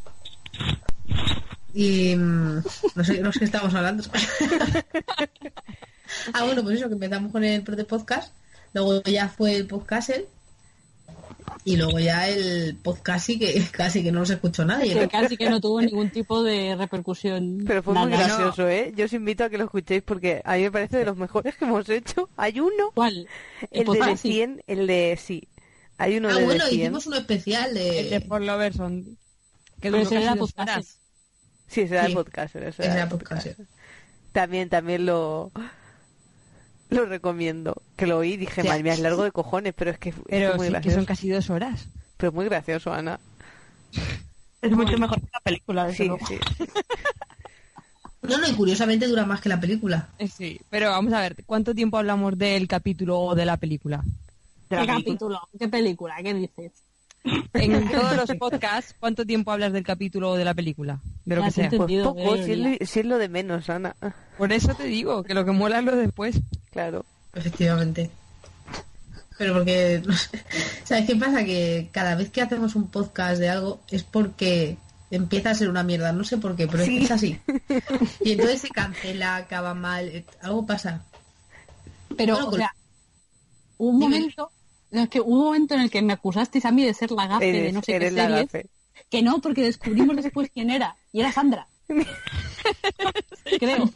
Y mm, no sé, no sé qué estamos hablando. ah, bueno, pues eso, que empezamos con el Prote Podcast, luego ya fue el Podcastle y luego ya el podcast sí que casi que no nos escuchó nadie.
Que casi que no tuvo ningún tipo de repercusión.
Pero fue muy
Nada.
gracioso, ¿eh? Yo os invito a que lo escuchéis porque a mí me parece de los mejores que hemos hecho. Hay uno,
¿Cuál?
el de
Pues
The
sí.
100, el de... Sí, hay uno
ah,
de
bueno,
The 100.
hicimos uno especial
Eh,
El
de...
de Paul Loverson. Que
Pero
duró
ese
casi
era
dos
podcast.
horas.
Sí, será
Sí.
el podcast. será- será
Ese era
el
podcast.
podcast. También, también lo... Lo recomiendo. Que lo oí y dije,
Sí.
madre mía, es largo de cojones, pero es que fue
Pero
muy
sí que
gracioso.
son casi dos horas.
Pero es muy gracioso, Ana.
Es mucho mejor que la película, desde
Sí,
luego.
sí.
No, no, y curiosamente dura más que la película.
Eh, Sí, pero vamos a ver, ¿cuánto tiempo hablamos del capítulo o de la película?
De
¿Qué
la película.
capítulo? ¿Qué película? ¿Qué dices?
En todos los podcasts, ¿cuánto tiempo hablas del capítulo o de la película? De lo
Ya
que
te
sea.
entendí.
Pues
Entendido,
poco,
veo,
si es,
ya.
lo, si es lo de menos, Ana.
Por eso te digo, que lo que mola es lo de después.
Claro.
Efectivamente. Pero porque, no sé, ¿sabes qué pasa? Que cada vez que hacemos un podcast de algo es porque empieza a ser una mierda, no sé por qué, pero es que es así. Y entonces se cancela, acaba mal, eh, algo pasa.
Pero,
Bueno,
o
con-
pues
sea, hubo un
Dime.
momento, no, es que hubo un momento en el que me acusasteis a mí de ser la gafe de
Eres,
no sé qué
eres la
series,
gafe.
que no, porque descubrimos después quién era, y era Sandra. Creo.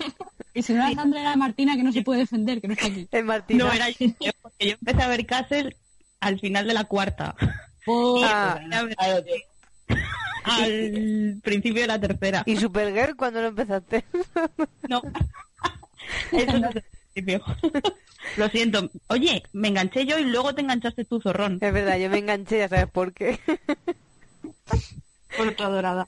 Y si no era Sandra, era Martina, que no se puede defender, que no está aquí.
Es Martina.
No, era yo, porque yo empecé a ver Castle al final de la cuarta.
Por-
Ah,
A ver, al principio de la tercera.
¿Y Supergirl cuando lo empezaste?
No. Eso no es el principio. Lo siento. Oye, me enganché yo y luego te enganchaste tú, zorrón.
es verdad, yo me enganché, ya sabes por qué.
Por tu adorada.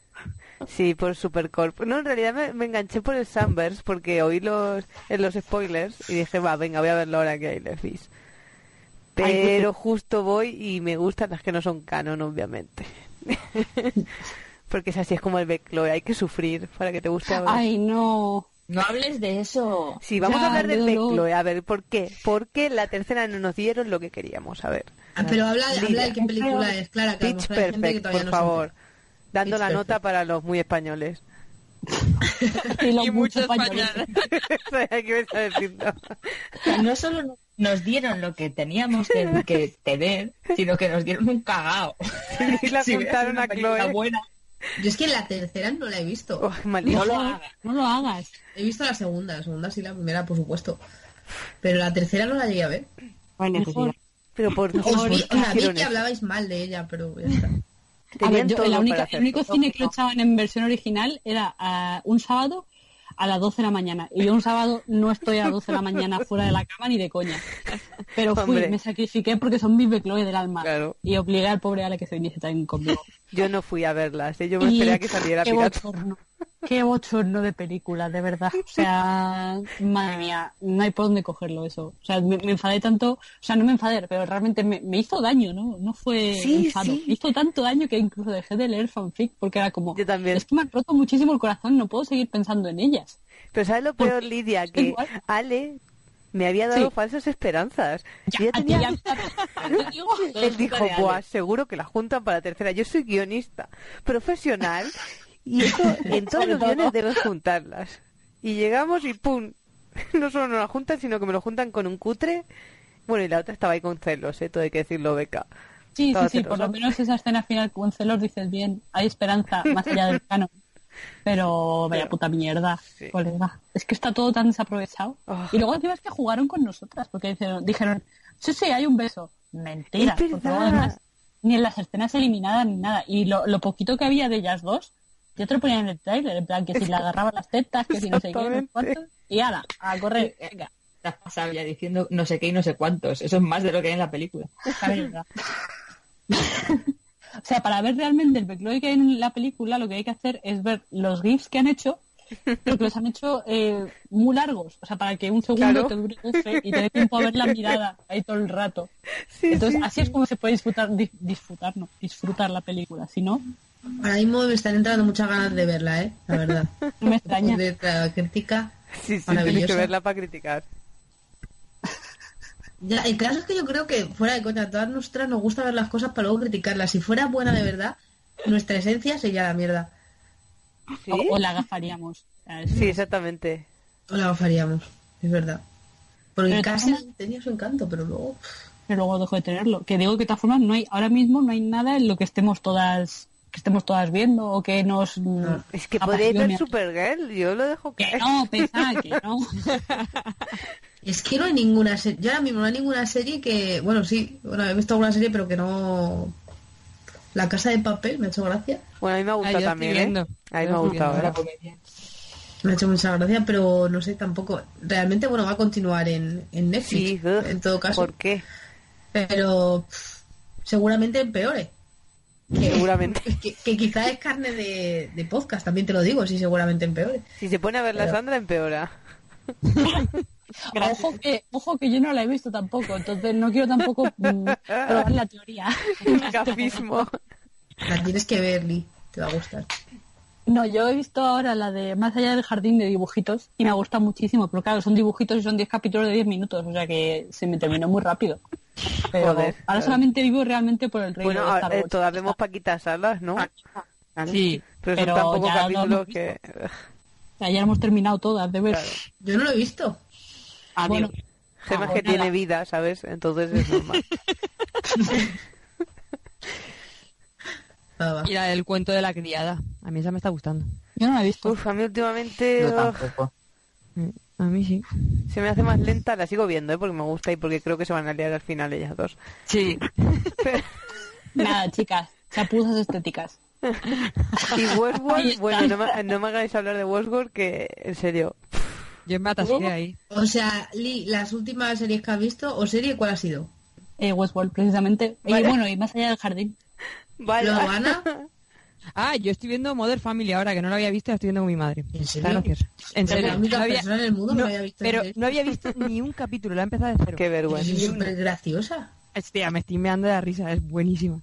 Sí, por Supercorp. No, en realidad me, me enganché por el Sunburst porque oí los, en los spoilers y dije, va, venga, voy a verlo ahora que hay Lefis.
pues
Pero justo voy y me gustan las que no son canon, obviamente. porque es así, es como el Backlog, hay que sufrir para que te guste
Ah,
algo.
Ay, no.
No hables de eso.
Sí, vamos a
Ya,
hablar ¿eh? del
qué dolor.
Backlog, a ver, ¿por qué? ¿Por qué la tercera no nos dieron lo que queríamos? A ver.
Ah, pero habla,
Lidia.
habla de qué película es, Clara, que a lo
Pitch
mejor hay gente que
Perfect,
todavía
por
no se
favor.
entera.
Dando
Pitch
la nota
Perfect.
para los muy españoles.
Y los
Y
muchos
mucho español.
españoles.
Hay que empezar a decirlo.
Y no solo no- nos dieron lo que teníamos que, que tener, sino que nos dieron un cagao.
Y la
Si hubiera sido
apuntaron
una
a
película
Chloe.
buena,
Yo es que la tercera no la he visto.
Oh, maldita.
no lo hagas.
No lo hagas.
He visto la segunda, la segunda sí, la primera, por supuesto. Pero la tercera no la llegué a ver.
No hay necesidad.
Pero por
Os
favor,
vi- o sea, vi
hicieron
que
eso.
hablabais mal de ella, pero ya está.
A ver,
Tenían
yo,
todo
la
para
única- el
hacerlo.
único cine que lo echaban en versión original era ah, un sábado a las 12 de la mañana. Y yo un sábado no estoy a las 12 de la mañana fuera de la cama ni de coña. Pero fui,
Hombre.
me sacrifiqué porque son mis becloes del alma.
Claro.
Y obligué al pobre Ale que se viniese también conmigo.
Yo no fui a verlas, ¿eh? yo me esperé a que saliera
qué
pirata.
bochorno. Qué bochorno de película, de verdad. O sea, madre mía, no hay por dónde cogerlo eso. O sea, me, me enfadé tanto, o sea, no me enfadé, pero realmente me, me hizo daño, ¿no? No fue
Sí,
enfado.
sí.
Me hizo tanto daño que incluso dejé de leer fanfic porque era como,
Yo también.
es que me han roto muchísimo el corazón, no puedo seguir pensando en ellas.
Pero ¿sabes lo peor, Lidia? Que
Pues igual.
Ale me había dado
Sí.
falsas esperanzas. Yo ya
a ti
tenía-
ya- yo digo,
Él dijo,
dale, dale.
Buah, seguro que la juntan para tercera. Yo soy guionista, profesional, y eso en todos los guiones deben juntarlas. Y llegamos y ¡pum! No solo nos la juntan, sino que me lo juntan con un cutre. Bueno, y la otra estaba ahí con celos, ¿eh? todo hay que decirlo, Beca.
Sí, sí,
Estaba
sí, por
celosa.
lo menos esa escena final con Celos dices bien, hay esperanza más allá del canon. Pero vaya puta mierda,
Sí.
colega. Es que está todo tan desaprovechado.
Ah.
Y luego encima es que jugaron con nosotras, porque dijeron, dijeron sí, sí, hay un beso. Mentira,
Es
porque luego
verdad.
además ni en las escenas eliminadas ni nada. Y lo, lo poquito que había de ellas dos, ya te lo ponían en el trailer, en plan que si le agarraban las tetas, que si no sé qué, no sé
Exactamente. eh,
cuánto, y ala, a correr, venga,
Te has pasado ya diciendo no sé qué y no sé cuántos. Eso es más de lo que hay en la película.
la verdad. O sea, para ver realmente el backload que hay en la película, lo que hay que hacer es ver los GIFs que han hecho, porque los han hecho eh, muy largos. O sea, para que un segundo
Claro.
te dure 12 y te dé tiempo a ver la mirada ahí todo el rato.
Sí,
Entonces,
sí.
así es como se puede disfrutar, dis- disfrutar, no, disfrutar la película. Si no,
Ahora mismo me están entrando muchas ganas de verla, ¿eh? La verdad.
Pues,
no me extraña.
Después de la crítica.
Sí, sí, tienes que
Maravillosa.
verla para criticar.
Ya, el caso es que yo creo que fuera de coña, a todas nosotras nos gusta ver las cosas para luego criticarlas. Si fuera buena de verdad, nuestra esencia sería la mierda.
¿Sí?
O, o la agafaríamos. Ah, es-
Sí, exactamente.
O la faríamos, es verdad. Porque
Pero
casi
también-
tenía su encanto, pero luego...
pero luego dejo de tenerlo. Que digo que de todas formas no hay, ahora mismo no hay nada en lo que estemos todas que estemos todas viendo o que nos mm,
Es que podríais
apasione.
ver Supergirl, yo lo dejo
Que
caer.
no, pensaba que no.
Es que no hay ninguna serie... Yo ahora mismo no hay ninguna serie que... Bueno, sí, bueno, he visto alguna serie, pero que no... La Casa de Papel, me ha hecho gracia.
Bueno, a mí me ha gustado
yo estoy
también,
viendo.
¿eh? A mí
Yo
me ha
estoy
gustado,
Una
¿eh?
comedia.
Me ha hecho mucha gracia, pero no sé tampoco. Realmente, bueno, va a continuar en, en
Sí,
Netflix,
ugh,
en todo caso.
¿Por qué?
Pero pff, seguramente en peores. Que-
Seguramente.
Que, que quizá es carne de, de podcast, también te lo digo, sí, seguramente en peores.
Si se pone a ver la
Pero-
Sandra, empeora.
Ojo que, ojo que yo no la he visto tampoco, entonces no quiero tampoco mm, probar la teoría.
El gafismo.
La tienes que ver, Lee, te va a gustar.
No, yo he visto ahora la de Más allá del jardín de dibujitos y me gusta muchísimo, pero claro, son dibujitos y son 10 capítulos de 10 minutos, o sea que se me terminó muy rápido. Pero
Joder,
ahora
claro.
solamente vivo realmente por el reino
Bueno,
de Star
ahora, eh,
Wars.
todas vemos Paquita Salas, ¿no?
Sí.
Pero son
pero
tan pocos
ya lo
capítulos
hemos
que...
O sea, ya hemos terminado todas de ver.
Claro.
Yo no lo he visto.
Bueno,
Adiós.
Gemas
Ah,
que
nada.
tiene vida, ¿sabes? Entonces es normal.
Ah, va.
Y la del cuento de la criada. A mí esa me está gustando.
yo no la he visto.
Uf, a mí últimamente
Yo
ugh,
tampoco.
Mm, A mí sí.
se me hace más lenta, la sigo viendo, ¿eh? Porque me gusta y porque creo que se van a liar al final ellas dos.
Sí.
Nada, chicas, chapuzas estéticas.
Y
Ahí
Westworld,
está.
bueno, no me, no me hagáis hablar de Westworld que, en serio,
Yo me atasqué ahí.
O sea, Lee, las últimas series que has visto, o serie, ¿cuál ha sido?
Eh, Westworld, precisamente. Y
Vale.
bueno, y más allá del jardín.
vale.
¿Lo Ana?
Ah, yo estoy viendo Mother Family ahora, que no la había visto y la estoy viendo con mi madre.
¿En serio?
Está graciosa. En
Soy
serio.
la única
No había-
persona en el mundo que
no,
lo había visto en
pero
serio.
no había visto ni un capítulo, la he empezado de cero.
Qué vergüenza.
Es súper graciosa.
Hostia, Este, me estoy meando de la risa, es buenísima.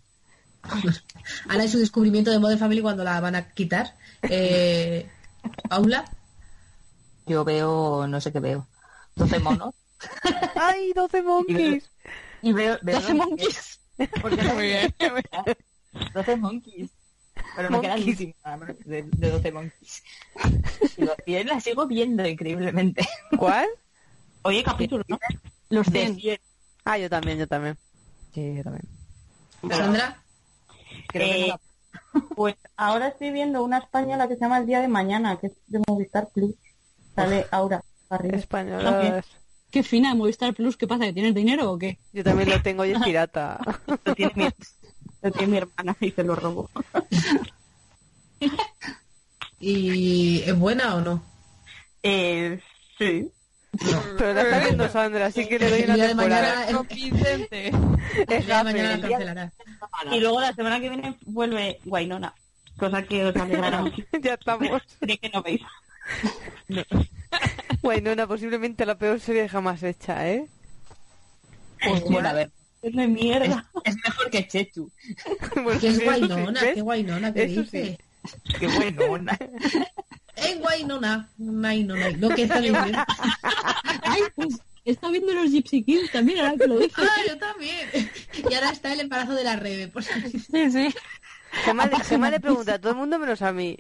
Ana y su descubrimiento de Modern Family cuando la van a quitar. Eh, Paula,
Yo veo, no sé qué veo. 12 monos.
¡Ay, 12 monkeys!
y veo, veo
Doce monkeys.
Porque no
Muy bien.
12 monkeys. Pero me queda el
Monkeys.
último nada más, de, de 12 monkeys. Y lo- y la sigo viendo increíblemente.
¿Cuál?
Oye, capítulo, ¿no?
Los
De
100.
100.
Ah, yo también, yo también.
Sí, yo también.
Sandra,
Creo que no
Eh,
la-
Pues ahora estoy viendo una española que se llama El Día de Mañana, que es de Movistar Plus. Sale Aura. Parrilla.
Españolas.
Qué fina Movistar Plus, ¿qué pasa? ¿Que tienes dinero o qué?
Yo también lo tengo y es pirata.
Lo tiene mi, lo tiene mi hermana y se lo robó.
¿Y es buena o no?
Eh, sí.
Pero la está viendo Sandra, así que le doy
El
una
día de
temporada.
mañana-
Convincente.
Es
Ya mañana la
Happy.
cancelará.
Y luego la semana que viene vuelve Guainona. Cosa que os alegrará mucho.
Ya estamos.
Creo que no veis.
Guainona, posiblemente la peor serie jamás hecha, ¿eh?
Pues bueno, a ver,
Es de
es,
mierda.
es mejor que Chechu.
Bueno,
pues, ¿Qué es
Pues, eso sí,
Guainona?
¿ves?
¿Qué Guainona? ¿Qué
Eso sí.
dices?
Qué bueno.
Es Guainona. Guainona. Lo que está diciendo.
Ay, pues he estado viendo los Gypsy Kings también, ahora que lo dices.
Ah, yo también. Y ahora está el embarazo de la Rebe. Por si-
Sí, sí.
Gemma le, Gemma le pregunta a todo el mundo menos a mí.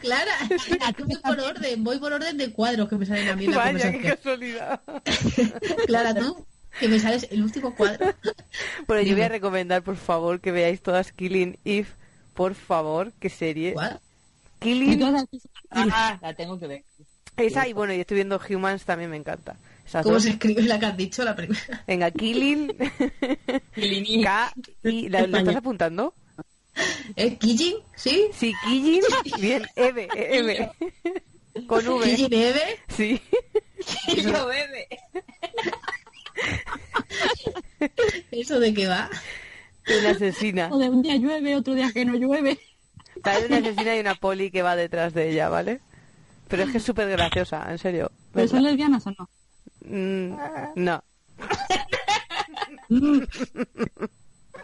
Clara, mira, tú voy por orden, voy por orden de cuadros que me salen a mí en la
Vaya,
conversación.
qué casualidad.
Clara, tú, que me sales el último cuadro.
Bueno, yo voy a
Dime.
recomendar, por favor, que veáis todas Killing Eve. Por favor, qué serie.
¿Cuál?
Y
Killing
todas las-
Ah, la tengo que ver.
esa y bueno, y estoy viendo Humans también me encanta. Esas
¿Cómo
dos.
se escribe la que has dicho la primera?
Venga, Killing
Killing
K y ¿la, ¿la estás apuntando?
¿Es Kijin? ¿Sí?
Sí, Killing bien Eve, eh, Eve. Con V.
¿Kijin Eve?
Sí.
Yo bebé.
¿Eso de qué va?
De Una asesina.
O de un día llueve, otro día que no llueve.
Hay una asesina y una poli que va detrás de ella, ¿vale? Pero es que es súper graciosa, en serio.
¿Pero son
Vedla.
lesbianas o no?
Mm, no.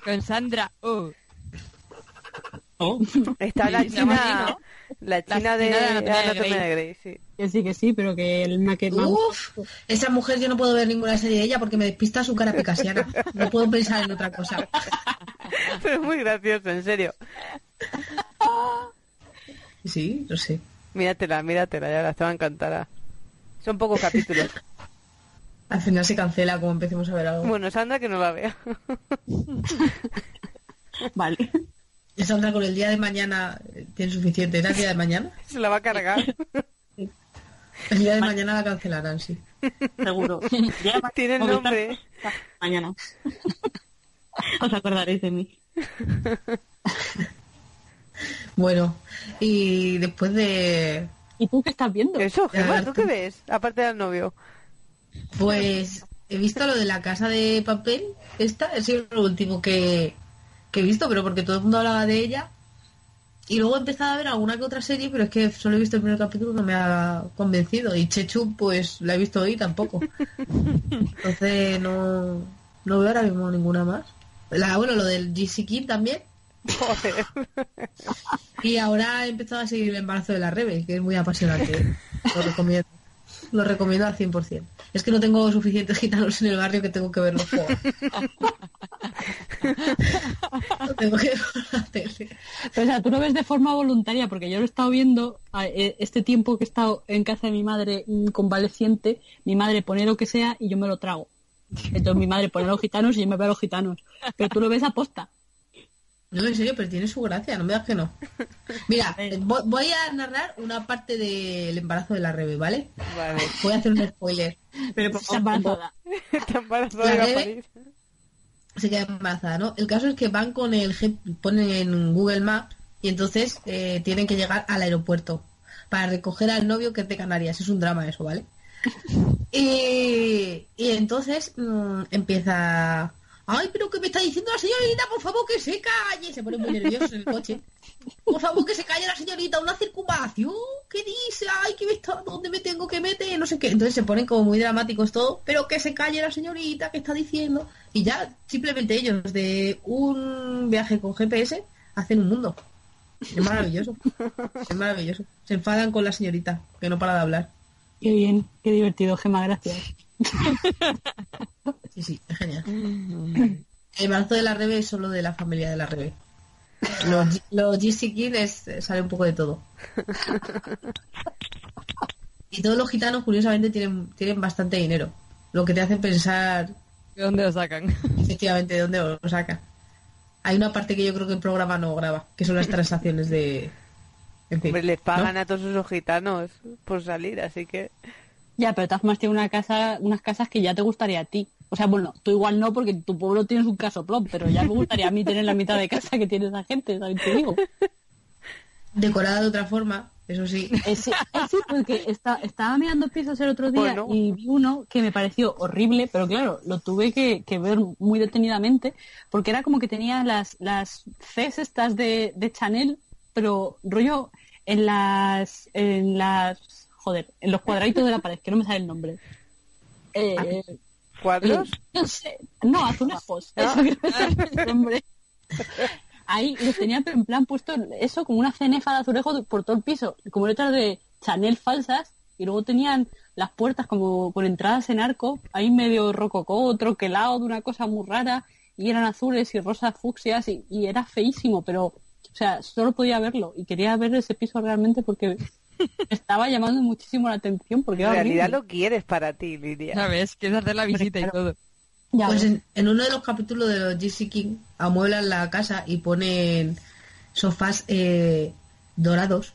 Con Sandra. oh.
Está la china, la china de
china de Anatomía de
Anatomía de Grey, sí.
Que sí, que sí, pero que el una que más...
Uf, esa mujer yo no puedo ver ninguna serie de ella porque me despista su cara picasiana. No puedo pensar en otra cosa.
Pero es muy gracioso, en serio.
Sí, lo sé.
Míratela, míratela, ya la te va a encantar. Son pocos capítulos.
Al final se cancela como empecemos a ver algo.
Bueno, Sandra que no la vea.
Vale.
Y Sandra con el día de mañana eh, tiene suficiente. ¿Era el día de mañana?
Se la va a cargar.
El día de mañana la cancelarán, sí.
Seguro. Ya ma-
Tiene el
Movistar
nombre.
Mañana. Os acordaréis de mí.
Bueno, y después de...
¿Y tú qué estás viendo?
Eso, Gemma,
Ya,
¿tú
tú.
qué ves? Aparte del novio.
Pues he visto lo de la casa de papel. Esta es lo último que, que he visto, pero porque todo el mundo hablaba de ella. Y luego he empezado a ver alguna que otra serie, pero es que solo he visto el primer capítulo no me ha convencido. Y Chechu, pues la he visto hoy tampoco. Entonces no, no veo ahora mismo ninguna más. La, bueno, lo del GC King también.
Joder.
Y ahora he empezado a seguir el embarazo de la Rebe, que es muy apasionante. ¿eh? Lo recomiendo. Lo recomiendo al 100%. Es que no tengo suficientes gitanos en el barrio que tengo que ver los juegos. Lo tengo que ver por la tele.
Pero, o sea, tú lo ves de forma voluntaria, porque yo lo he estado viendo a- eh, este tiempo que he estado en casa de mi madre mm, convaleciente, mi madre pone lo que sea y yo me lo trago. Entonces mi madre pone los gitanos y yo me veo a los gitanos. Pero tú lo ves a posta.
No, en serio, pero tiene su gracia, no me das que no. Mira, vo- voy a narrar una parte del embarazo de la Rebe, ¿vale?
Vale.
Voy a hacer un spoiler.
Pero por
Está
favor,
embarazada.
Está embarazada de
La
la
Rebe-
parir.
se queda embarazada, ¿no? El caso es que van con el G- ponen en Google Maps y entonces eh, tienen que llegar al aeropuerto para recoger al novio que es de Canarias. Es un drama eso, ¿vale? Y, y entonces mm, empieza... Ay, pero ¿qué me está diciendo la señorita? Por favor, que se calle. Se pone muy nervioso en el coche. Por favor, que se calle la señorita. Una circunvalación. ¿Qué dice? Ay, que me está... ¿Dónde me tengo que meter? No sé qué. Entonces se ponen como muy dramáticos todo. Pero que se calle la señorita. ¿Qué está diciendo? Y ya simplemente ellos de un viaje con GPS hacen un mundo. Es maravilloso. Es maravilloso. Se enfadan con la señorita, que no para de hablar.
Qué bien, qué divertido, Gemma, gracias.
Sí, sí, es genial.
Mm.
El embarazo de la Rebe es solo de la familia de la Rebe. Los, los GC Kids sale un poco de todo. Y todos los gitanos, curiosamente, tienen, tienen bastante dinero. Lo que te hace pensar
¿De dónde lo sacan?
efectivamente de dónde lo saca. Hay una parte que yo creo que el programa no graba, que son las transacciones de... En fin,
Hombre, les pagan
¿no?
a todos esos gitanos por salir, así que...
Ya, pero Tazmas tiene una casa, unas casas que ya te gustaría a ti. O sea, bueno, tú igual no, porque en tu pueblo tienes un casoplón, pero ya me gustaría a mí tener la mitad de casa que tiene esa gente, ¿sabes? Te digo.
Decorada de otra forma, eso sí.
Eh, sí, eh, sí, porque esta- estaba mirando pisos el otro día
Bueno.
y vi uno que me pareció horrible, pero claro, lo tuve que, que ver muy detenidamente, porque era como que tenía las, las Cs estas de, de Chanel, pero rollo en las, en las, joder, en los cuadraditos de la pared, que no me sale el nombre. Eh,
¿Cuadros?
no sé, no, azulejos,
Ah,
eso que no sale el nombre. Ahí los tenía pero en plan puesto eso como una cenefa de azulejos por todo el piso, como letras de Chanel falsas, y luego tenían las puertas como con entradas en arco, ahí medio rococó, troquelado de una cosa muy rara, y eran azules y rosas fucsias, y, y era feísimo, pero, o sea, solo podía verlo, y quería ver ese piso realmente porque me estaba llamando muchísimo la atención, porque
En
era
realidad
horrible.
lo quieres para ti, Lidia.
¿Sabes? Quieres hacer la visita y todo.
Ya
Pues
ves.
en, en uno de los capítulos de los GC King amueblan la casa y ponen sofás eh, dorados,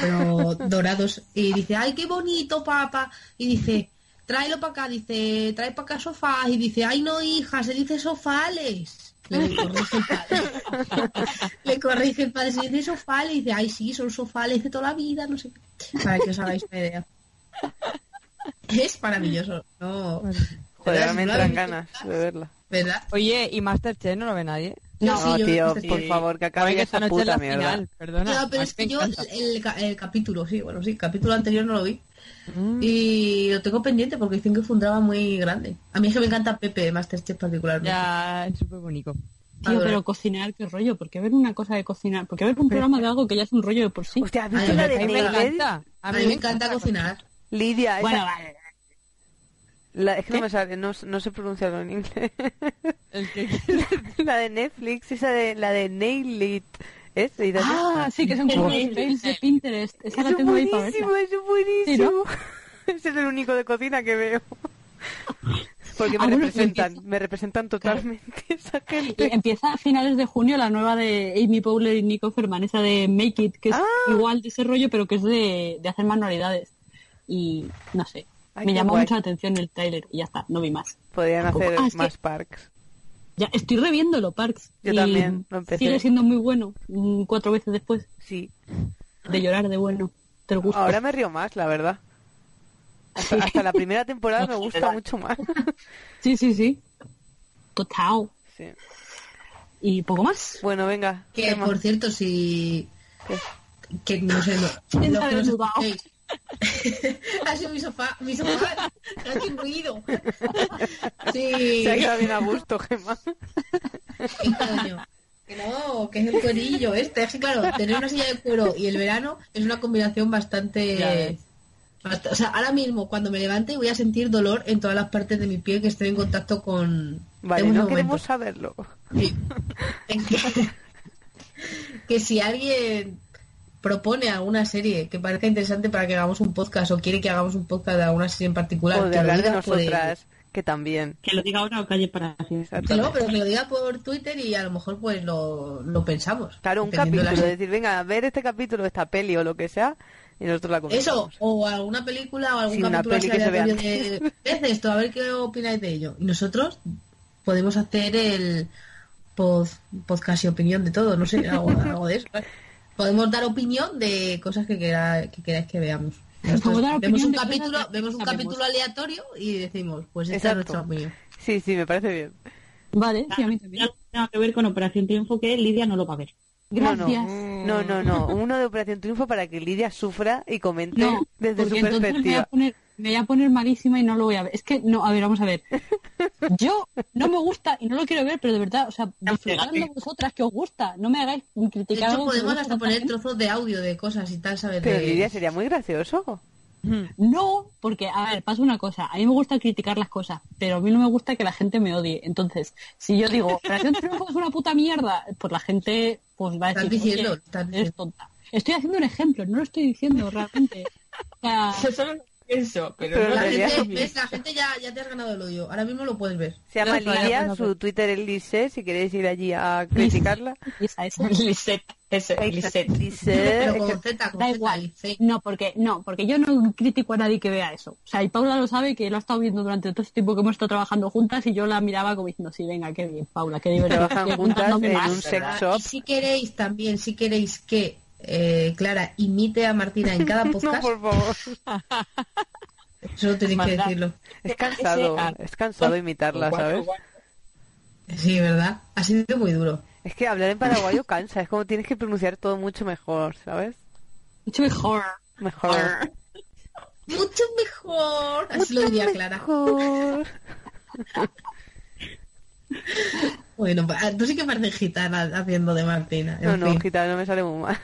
pero dorados. Y dice, ay, qué bonito, papá. Y dice, tráelo para acá, dice, trae para acá sofás. Y dice, ay, no, hija, se dice sofales. Le corrige el padre. Le corrige el padre, se dice sofales. Y dice, ay, sí, son sofales de toda la vida, no sé qué. Para que os hagáis una idea. Es maravilloso. No.
Joder, ahora me
¿Verdad?
entran ganas de verla.
¿Verdad?
Oye, ¿y Masterchef no lo ve nadie?
No,
sí, yo
tío,
creo que
por
sí.
favor, que acabe
Oye,
ya
que
esa
esta noche es
puta
la
mierda.
final, perdona.
Ya, pero
A
es
mí me
que yo
encanta.
el, ca- el capítulo, sí, bueno, sí, el capítulo anterior no lo vi. Y lo tengo pendiente porque dicen que fue un drama muy grande. A mí es que me encanta Pepe de Masterchef particularmente.
Ya, es súper bonito.
Tío, pero cocinar, qué rollo, ¿por qué ver una cosa de cocinar? ¿Por qué ver un programa de algo que ya es un rollo de por sí?
Hostia, ¿has
Ay,
visto
me
la
cae
de
mal.
Naked?
A mí me encanta cocinar.
Lidia, esa-
Bueno, vale.
la- es que no me sale, no, no sé pronunciarlo en inglés.
El que
la de Netflix, esa de la de Nail It. ¿Es? Y de-
Ah, sí, que son como los fails de Pinterest. Esa la
Eso es
tengo ahí para verla.
buenísimo, eso es buenísimo. Ese es el único de cocina que veo. Porque me
Ah, bueno,
representan,
empieza-
me representan totalmente esa
Y
gente.
empieza a finales de junio la nueva de Amy Powler y Nico Ferman, esa de Make It, que es
Ah.
igual de ese rollo, pero que es de, de hacer manualidades. Y no sé,
Ay,
me
qué
llamó
guay.
mucho la atención el tráiler y ya está, no vi más.
Podrían hacer
Ah, es que-
más parks.
Ya, estoy reviéndolo, Parks.
Yo
y
también, lo empecé.
Sigue siendo muy bueno, mm, cuatro veces después
Sí.
de llorar de bueno. Te lo gusta.
Ahora me río más, la verdad. Hasta, hasta la primera temporada me gusta mucho más.
Sí, sí, sí. Total.
Sí.
Pues Y poco más.
Bueno, venga.
Que,
Gemma.
por cierto, si... Que no sé, no,
¿Quién
los
sabe
que nos
dónde va?
escuchéis. ha sido mi sofá, mi sofá, ha sido un ruido. sí,
Se ha quedado bien a gusto, Gemma.
qué coño. Que No, que es el cuerillo este. Es que claro, tener una silla de cuero y el verano es una combinación
Ya
bastante...
ves.
bast- O sea, ahora mismo cuando me levante voy a sentir dolor en todas las partes de mi piel que estoy en contacto con...
Vale,
tengo un
no
aumento.
queremos saberlo.
Sí. que, que si alguien propone alguna serie que parezca interesante para que hagamos un podcast o quiere que hagamos un podcast de alguna serie en particular,
O de
que lo
hablar de
diga pues por el-
nosotras, que también.
Que lo diga ahora o calle para siempre.
que no, pero que lo diga por Twitter y a lo mejor pues lo, lo pensamos.
Claro, un
dependiendo
capítulo,
de la serie.
decir, venga, a ver este capítulo, esta peli o lo que sea, y nosotros la
Eso,
comentamos.
o alguna película o algún
Sí, una
capítulo
peli
así
que se vea
aleatorio de... "Es de esto, a ver qué opináis de ello. Y nosotros podemos hacer el pod, podcast y opinión de todo, no sé, algo, algo de eso. ¿vale? Podemos dar opinión de cosas que, quera- que queráis que veamos. Nosotros
Podemos dar
vemos
opinión
un
de cosas
capítulo,
que
vemos un
sabemos.
capítulo aleatorio y decimos, pues esta
Exacto.
es nuestra opinión.
Sí, sí, me parece bien.
Vale, sí, a mí también.
Ya tengo que ver con Operación Triunfo que Lidia no lo va a ver.
Gracias.
No, no, no, no. Uno de Operación Triunfo para que Lidia sufra y comente
No,
desde su
porque entonces me voy, a
perspectiva.
poner, me voy a poner malísima y no lo voy a ver. Es que, no, a ver, vamos a ver. Yo no me gusta y no lo quiero ver, pero de verdad, o sea, disfrutadlo vosotras que os gusta. No me hagáis
De
criticar
hecho,
algo que
podemos
gusta
hasta
a
poner
tanta
trozos de audio de cosas y tal, ¿sabes?
Pero
De-
Lidia sería muy gracioso.
gente. No, porque, a ver, pasa una cosa. A mí me gusta criticar las cosas, pero a mí no me gusta que la gente me odie. Entonces, si yo digo, Operación Triunfo es una puta mierda, pues la gente pues va a
Estás
decir,
diciendo,
"Oye,
estás
eres
diciendo.
tonta. Estoy haciendo un ejemplo, no lo estoy diciendo realmente. O sea,
Eso solo pienso, pero,
Pero
no
La
en
debería
gente,
realidad-
ser mi-
ves, la gente ya, ya te has ganado el odio. Ahora mismo lo puedes ver.
Se llama
Ya está, ya
Lidia,
puedes
su
ver.
Twitter es Lise, si queréis ir allí a criticarla.
Y esa es.
Lisette, ese, Lisette.
Lisette,
Pero
Eh, es
con
que-
Z, con
Da
Z,
igual.
sí.
No, porque no, porque yo no critico a nadie que vea eso. O sea, y Paula lo sabe que lo ha estado viendo durante todo este tiempo que hemos estado trabajando juntas y yo la miraba como diciendo, sí, venga, qué bien, Paula, qué divertido.
trabajan
estoy
juntas
apuntándome
en
más".
un sex
¿verdad?
shop.
Ah, Y si queréis también, si queréis que eh, Clara imite a Martina en cada
No,
podcast,
por favor.
solo tenéis que
Maldad.
decirlo.
Es cansado,
ah,
es cansado imitarla, ¿sabes?
Sí, ¿verdad? Ha sido muy duro.
Es que hablar en paraguayo cansa, es como tienes que pronunciar todo mucho mejor, ¿sabes?
Mucho mejor. Ah.
Mejor.
Mucho mejor. Así lo diría Clara.
Mejor.
Bueno, pa- tú sí que pareces gitana haciendo de Martina.
No,
En
no,
fin.
gitano me sale muy mal.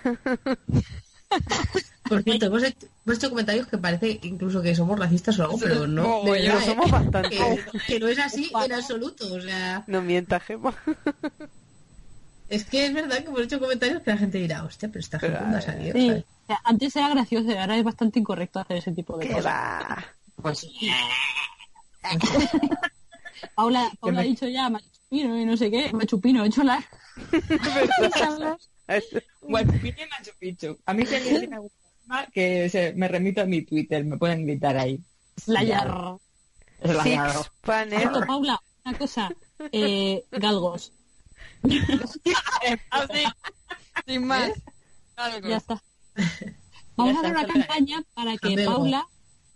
Por cierto, hemos hecho, hemos hecho comentarios que parece incluso que somos racistas o algo, pero no. de
Lo
verdad, ¿eh?
somos bastante.
que, que no es así en absoluto. O sea,
No mientas, Gemma.
es que es verdad que hemos hecho comentarios que la gente dirá, hostia, pero esta gente no ha salido.
Sí.
¿sabes?
O sea, antes era gracioso y ahora es bastante incorrecto hacer ese tipo de
Que
cosas.
va.
Pues
Paula, Paula ha dicho ya machupino y no sé qué, machupino, chola.
Guachupín y Machu Picchu. A mí si alguien tiene algún problema, que se, me remito a mi Twitter, me pueden gritar ahí.
La
Ya.
yar.
Relajado.
Six panel.
Esto, Paula, una cosa. Eh, galgos.
Así, sin más.
Ya está. Vamos
Ya
a hacer
está,
una
Sandra.
campaña para que
Galgo.
Paula,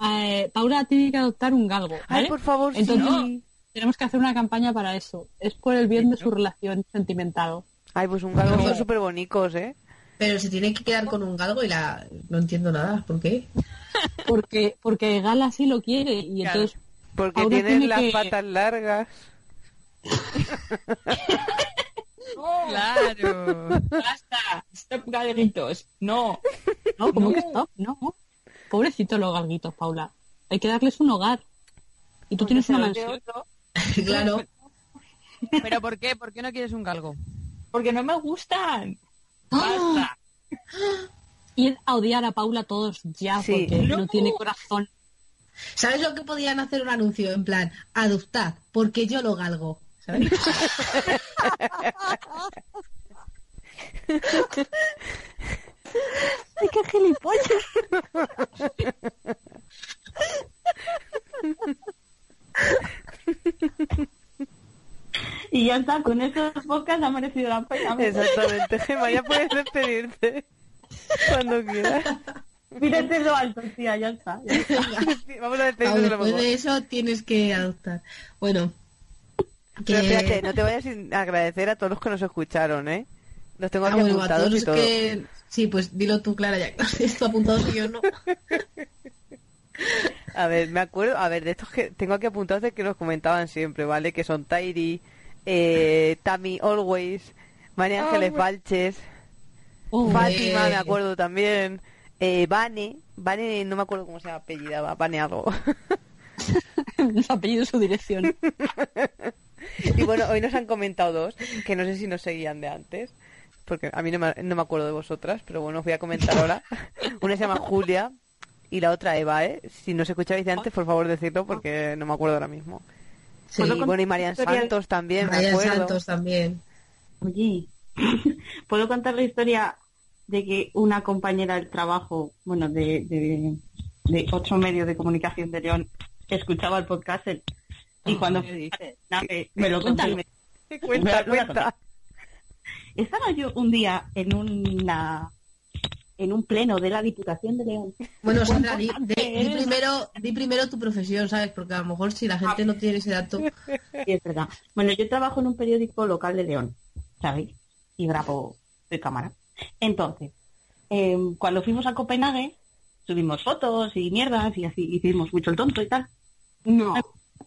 eh, Paula tiene que adoptar un galgo.
Ay,
¿vale?
por favor, sí.
Entonces, tenemos que hacer una campaña para eso. Es por el bien de su relación sentimental.
Ay, pues un galgo son súper bonicos, ¿eh?
Pero se tiene que quedar con un galgo y la... No entiendo nada, ¿por qué?
Porque, porque Gala sí lo quiere y
Claro.
entonces
Porque
Ahora
tienen
tiene
las
que-
patas largas.
Claro.
Basta. Stop galeritos. No.
No, como
No.
que stop, no. Pobrecitos los galguitos, Paula. Hay que darles un hogar. Y tú tienes una
Porque se
mansión.
los de otro,
claro.
¿Pero por qué? ¿Por qué no quieres un galgo?
Porque no me gustan.
¡Ah!
Basta.
Ir a odiar a Paula todos ya
Sí.
porque no.
No.
tiene corazón.
¿Sabes lo que podían hacer un anuncio? En plan, adoptad, porque yo lo galgo. ¿sabes?
¡Ay, qué gilipollas!
Y ya está, con
este
estos podcasts ha merecido la pena.
Exactamente, Gemma, ya puedes despedirte. Cuando quieras.
Mírate este lo alto, tía, ya está. ya está.
Vamos a
Pau,
despedirnos de la
después
mejor.
de eso tienes que adoptar. Bueno.
Pero
que-
espérate, no te vayas sin agradecer a todos los que nos escucharon, ¿eh? Los tengo
Ah,
aquí
bueno, a
apuntados
todos
y todo.
que... Sí, pues dilo tú, Clara, ya que esto apuntado y yo no.
A ver, me acuerdo, a ver, de estos que tengo aquí apuntados de que nos comentaban siempre, ¿vale? Que son Tairi, eh, Tammy Always, María Ángeles Valches,
Oh,
Vale.
Fátima, me acuerdo también, eh, Vane, Vane, no me acuerdo cómo se apellidaba, Vane algo.
su apellido, su dirección.
Y bueno, hoy nos han comentado dos, que no sé si nos seguían de antes, porque a mí no me, no me acuerdo de vosotras, pero bueno, os voy a comentar ahora. Una se llama Julia y la otra Eva, ¿eh? Si nos escuchabais de antes, por favor, decidlo, porque no me acuerdo ahora mismo.
Sí.
y bueno, y Marian Santos también, me
Ryan
acuerdo.
Santos también.
Oye, ¿puedo contar la historia de que una compañera del trabajo, bueno, de, de, de otro medio de comunicación de León, escuchaba el podcast y cuando me dice, nada, me, me lo contó y me-
Cuenta,
Voy a- voy a
cuenta.
Estaba yo un día en una en un pleno de la Diputación de León.
Bueno, Sandra, di, di-
¿eh?
di primero, di primero tu profesión, ¿sabes? Porque a lo mejor si la gente no tiene ese dato...
Sí, es verdad. Bueno, yo trabajo en un periódico local de León, ¿sabéis? Y grabo de cámara. Entonces, eh, cuando fuimos a Copenhague, subimos fotos y mierdas y así, hicimos mucho el tonto y tal.
No.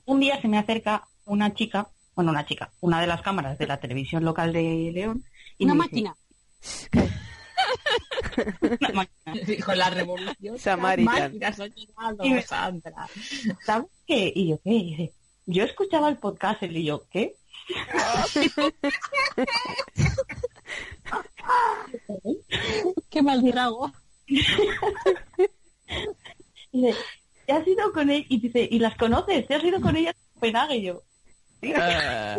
Un día se me acerca una chica, bueno, una chica, una de las cámaras de la televisión local de León. Y
Una
me dice,
máquina.
Una máquina.
Dijo la revolución.
Samaritan.
Las máquinas han llegado,
Y me-
Sandra.
¿sabes qué? Y yo, ¿qué? Y dice, yo escuchaba el podcast y yo, ¿qué?
Qué mal trago.
Y dice, ya ido con él y dice, ¿y las conoces? ¿Te has ido con ella a Copenhague? Y yo, "Sí". Ah.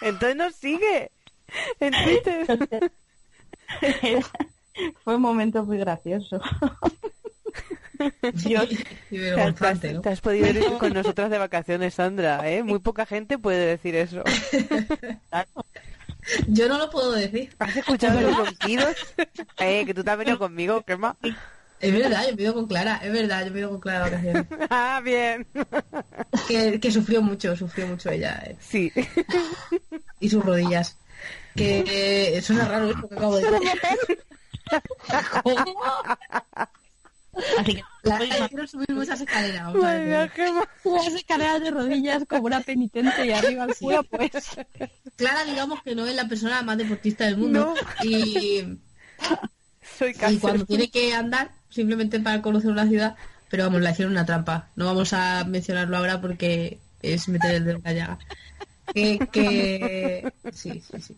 Entonces nos sigue. En Twitter.
Fue un momento muy gracioso.
Dios, qué vergonzante, ¿no?
Te has podido ir con nosotras de vacaciones, Sandra, ¿eh? Muy poca gente puede decir eso.
Yo no lo puedo decir.
¿Has escuchado los ronquidos? Eh, que tú te has venido conmigo, ¿qué más?
Es verdad, yo me he ido con Clara, es verdad, yo me he ido con Clara de vacaciones.
Ah, bien.
Que, que sufrió mucho, sufrió mucho ella. eh,
Sí.
Y sus rodillas. Que eh, suena raro esto que acabo de decir. ¿Cómo?
Así que
La hicieron subir Oh muchas escaleras. o sea,
Venga,
que-
Gemma.
Las escaleras de rodillas como una penitente y arriba al culo, pues.
Clara, digamos que no es la persona más deportista del mundo. Y,
Soy
y
cáncer.
cuando tiene que andar, simplemente para conocer una ciudad, pero vamos, la hicieron una trampa. No vamos a mencionarlo ahora porque es meter el dedo en la llaga. Que, que... Sí, sí, sí.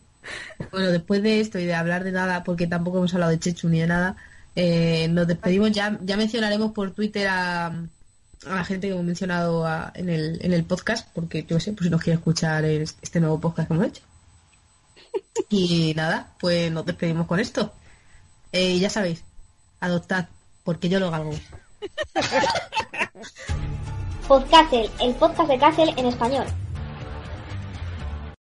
Bueno, después de esto y de hablar de nada, porque tampoco hemos hablado de Chechu ni de nada, eh, nos despedimos. Ya, ya mencionaremos por Twitter a, a la gente que hemos mencionado a- en, el, en el podcast, porque yo qué sé, pues si nos quiere escuchar es- este nuevo podcast que hemos hecho. Y nada, pues nos despedimos con esto. Eh, y ya sabéis, adoptad, porque yo lo hago.
Podcastle, el podcast de Castle en español.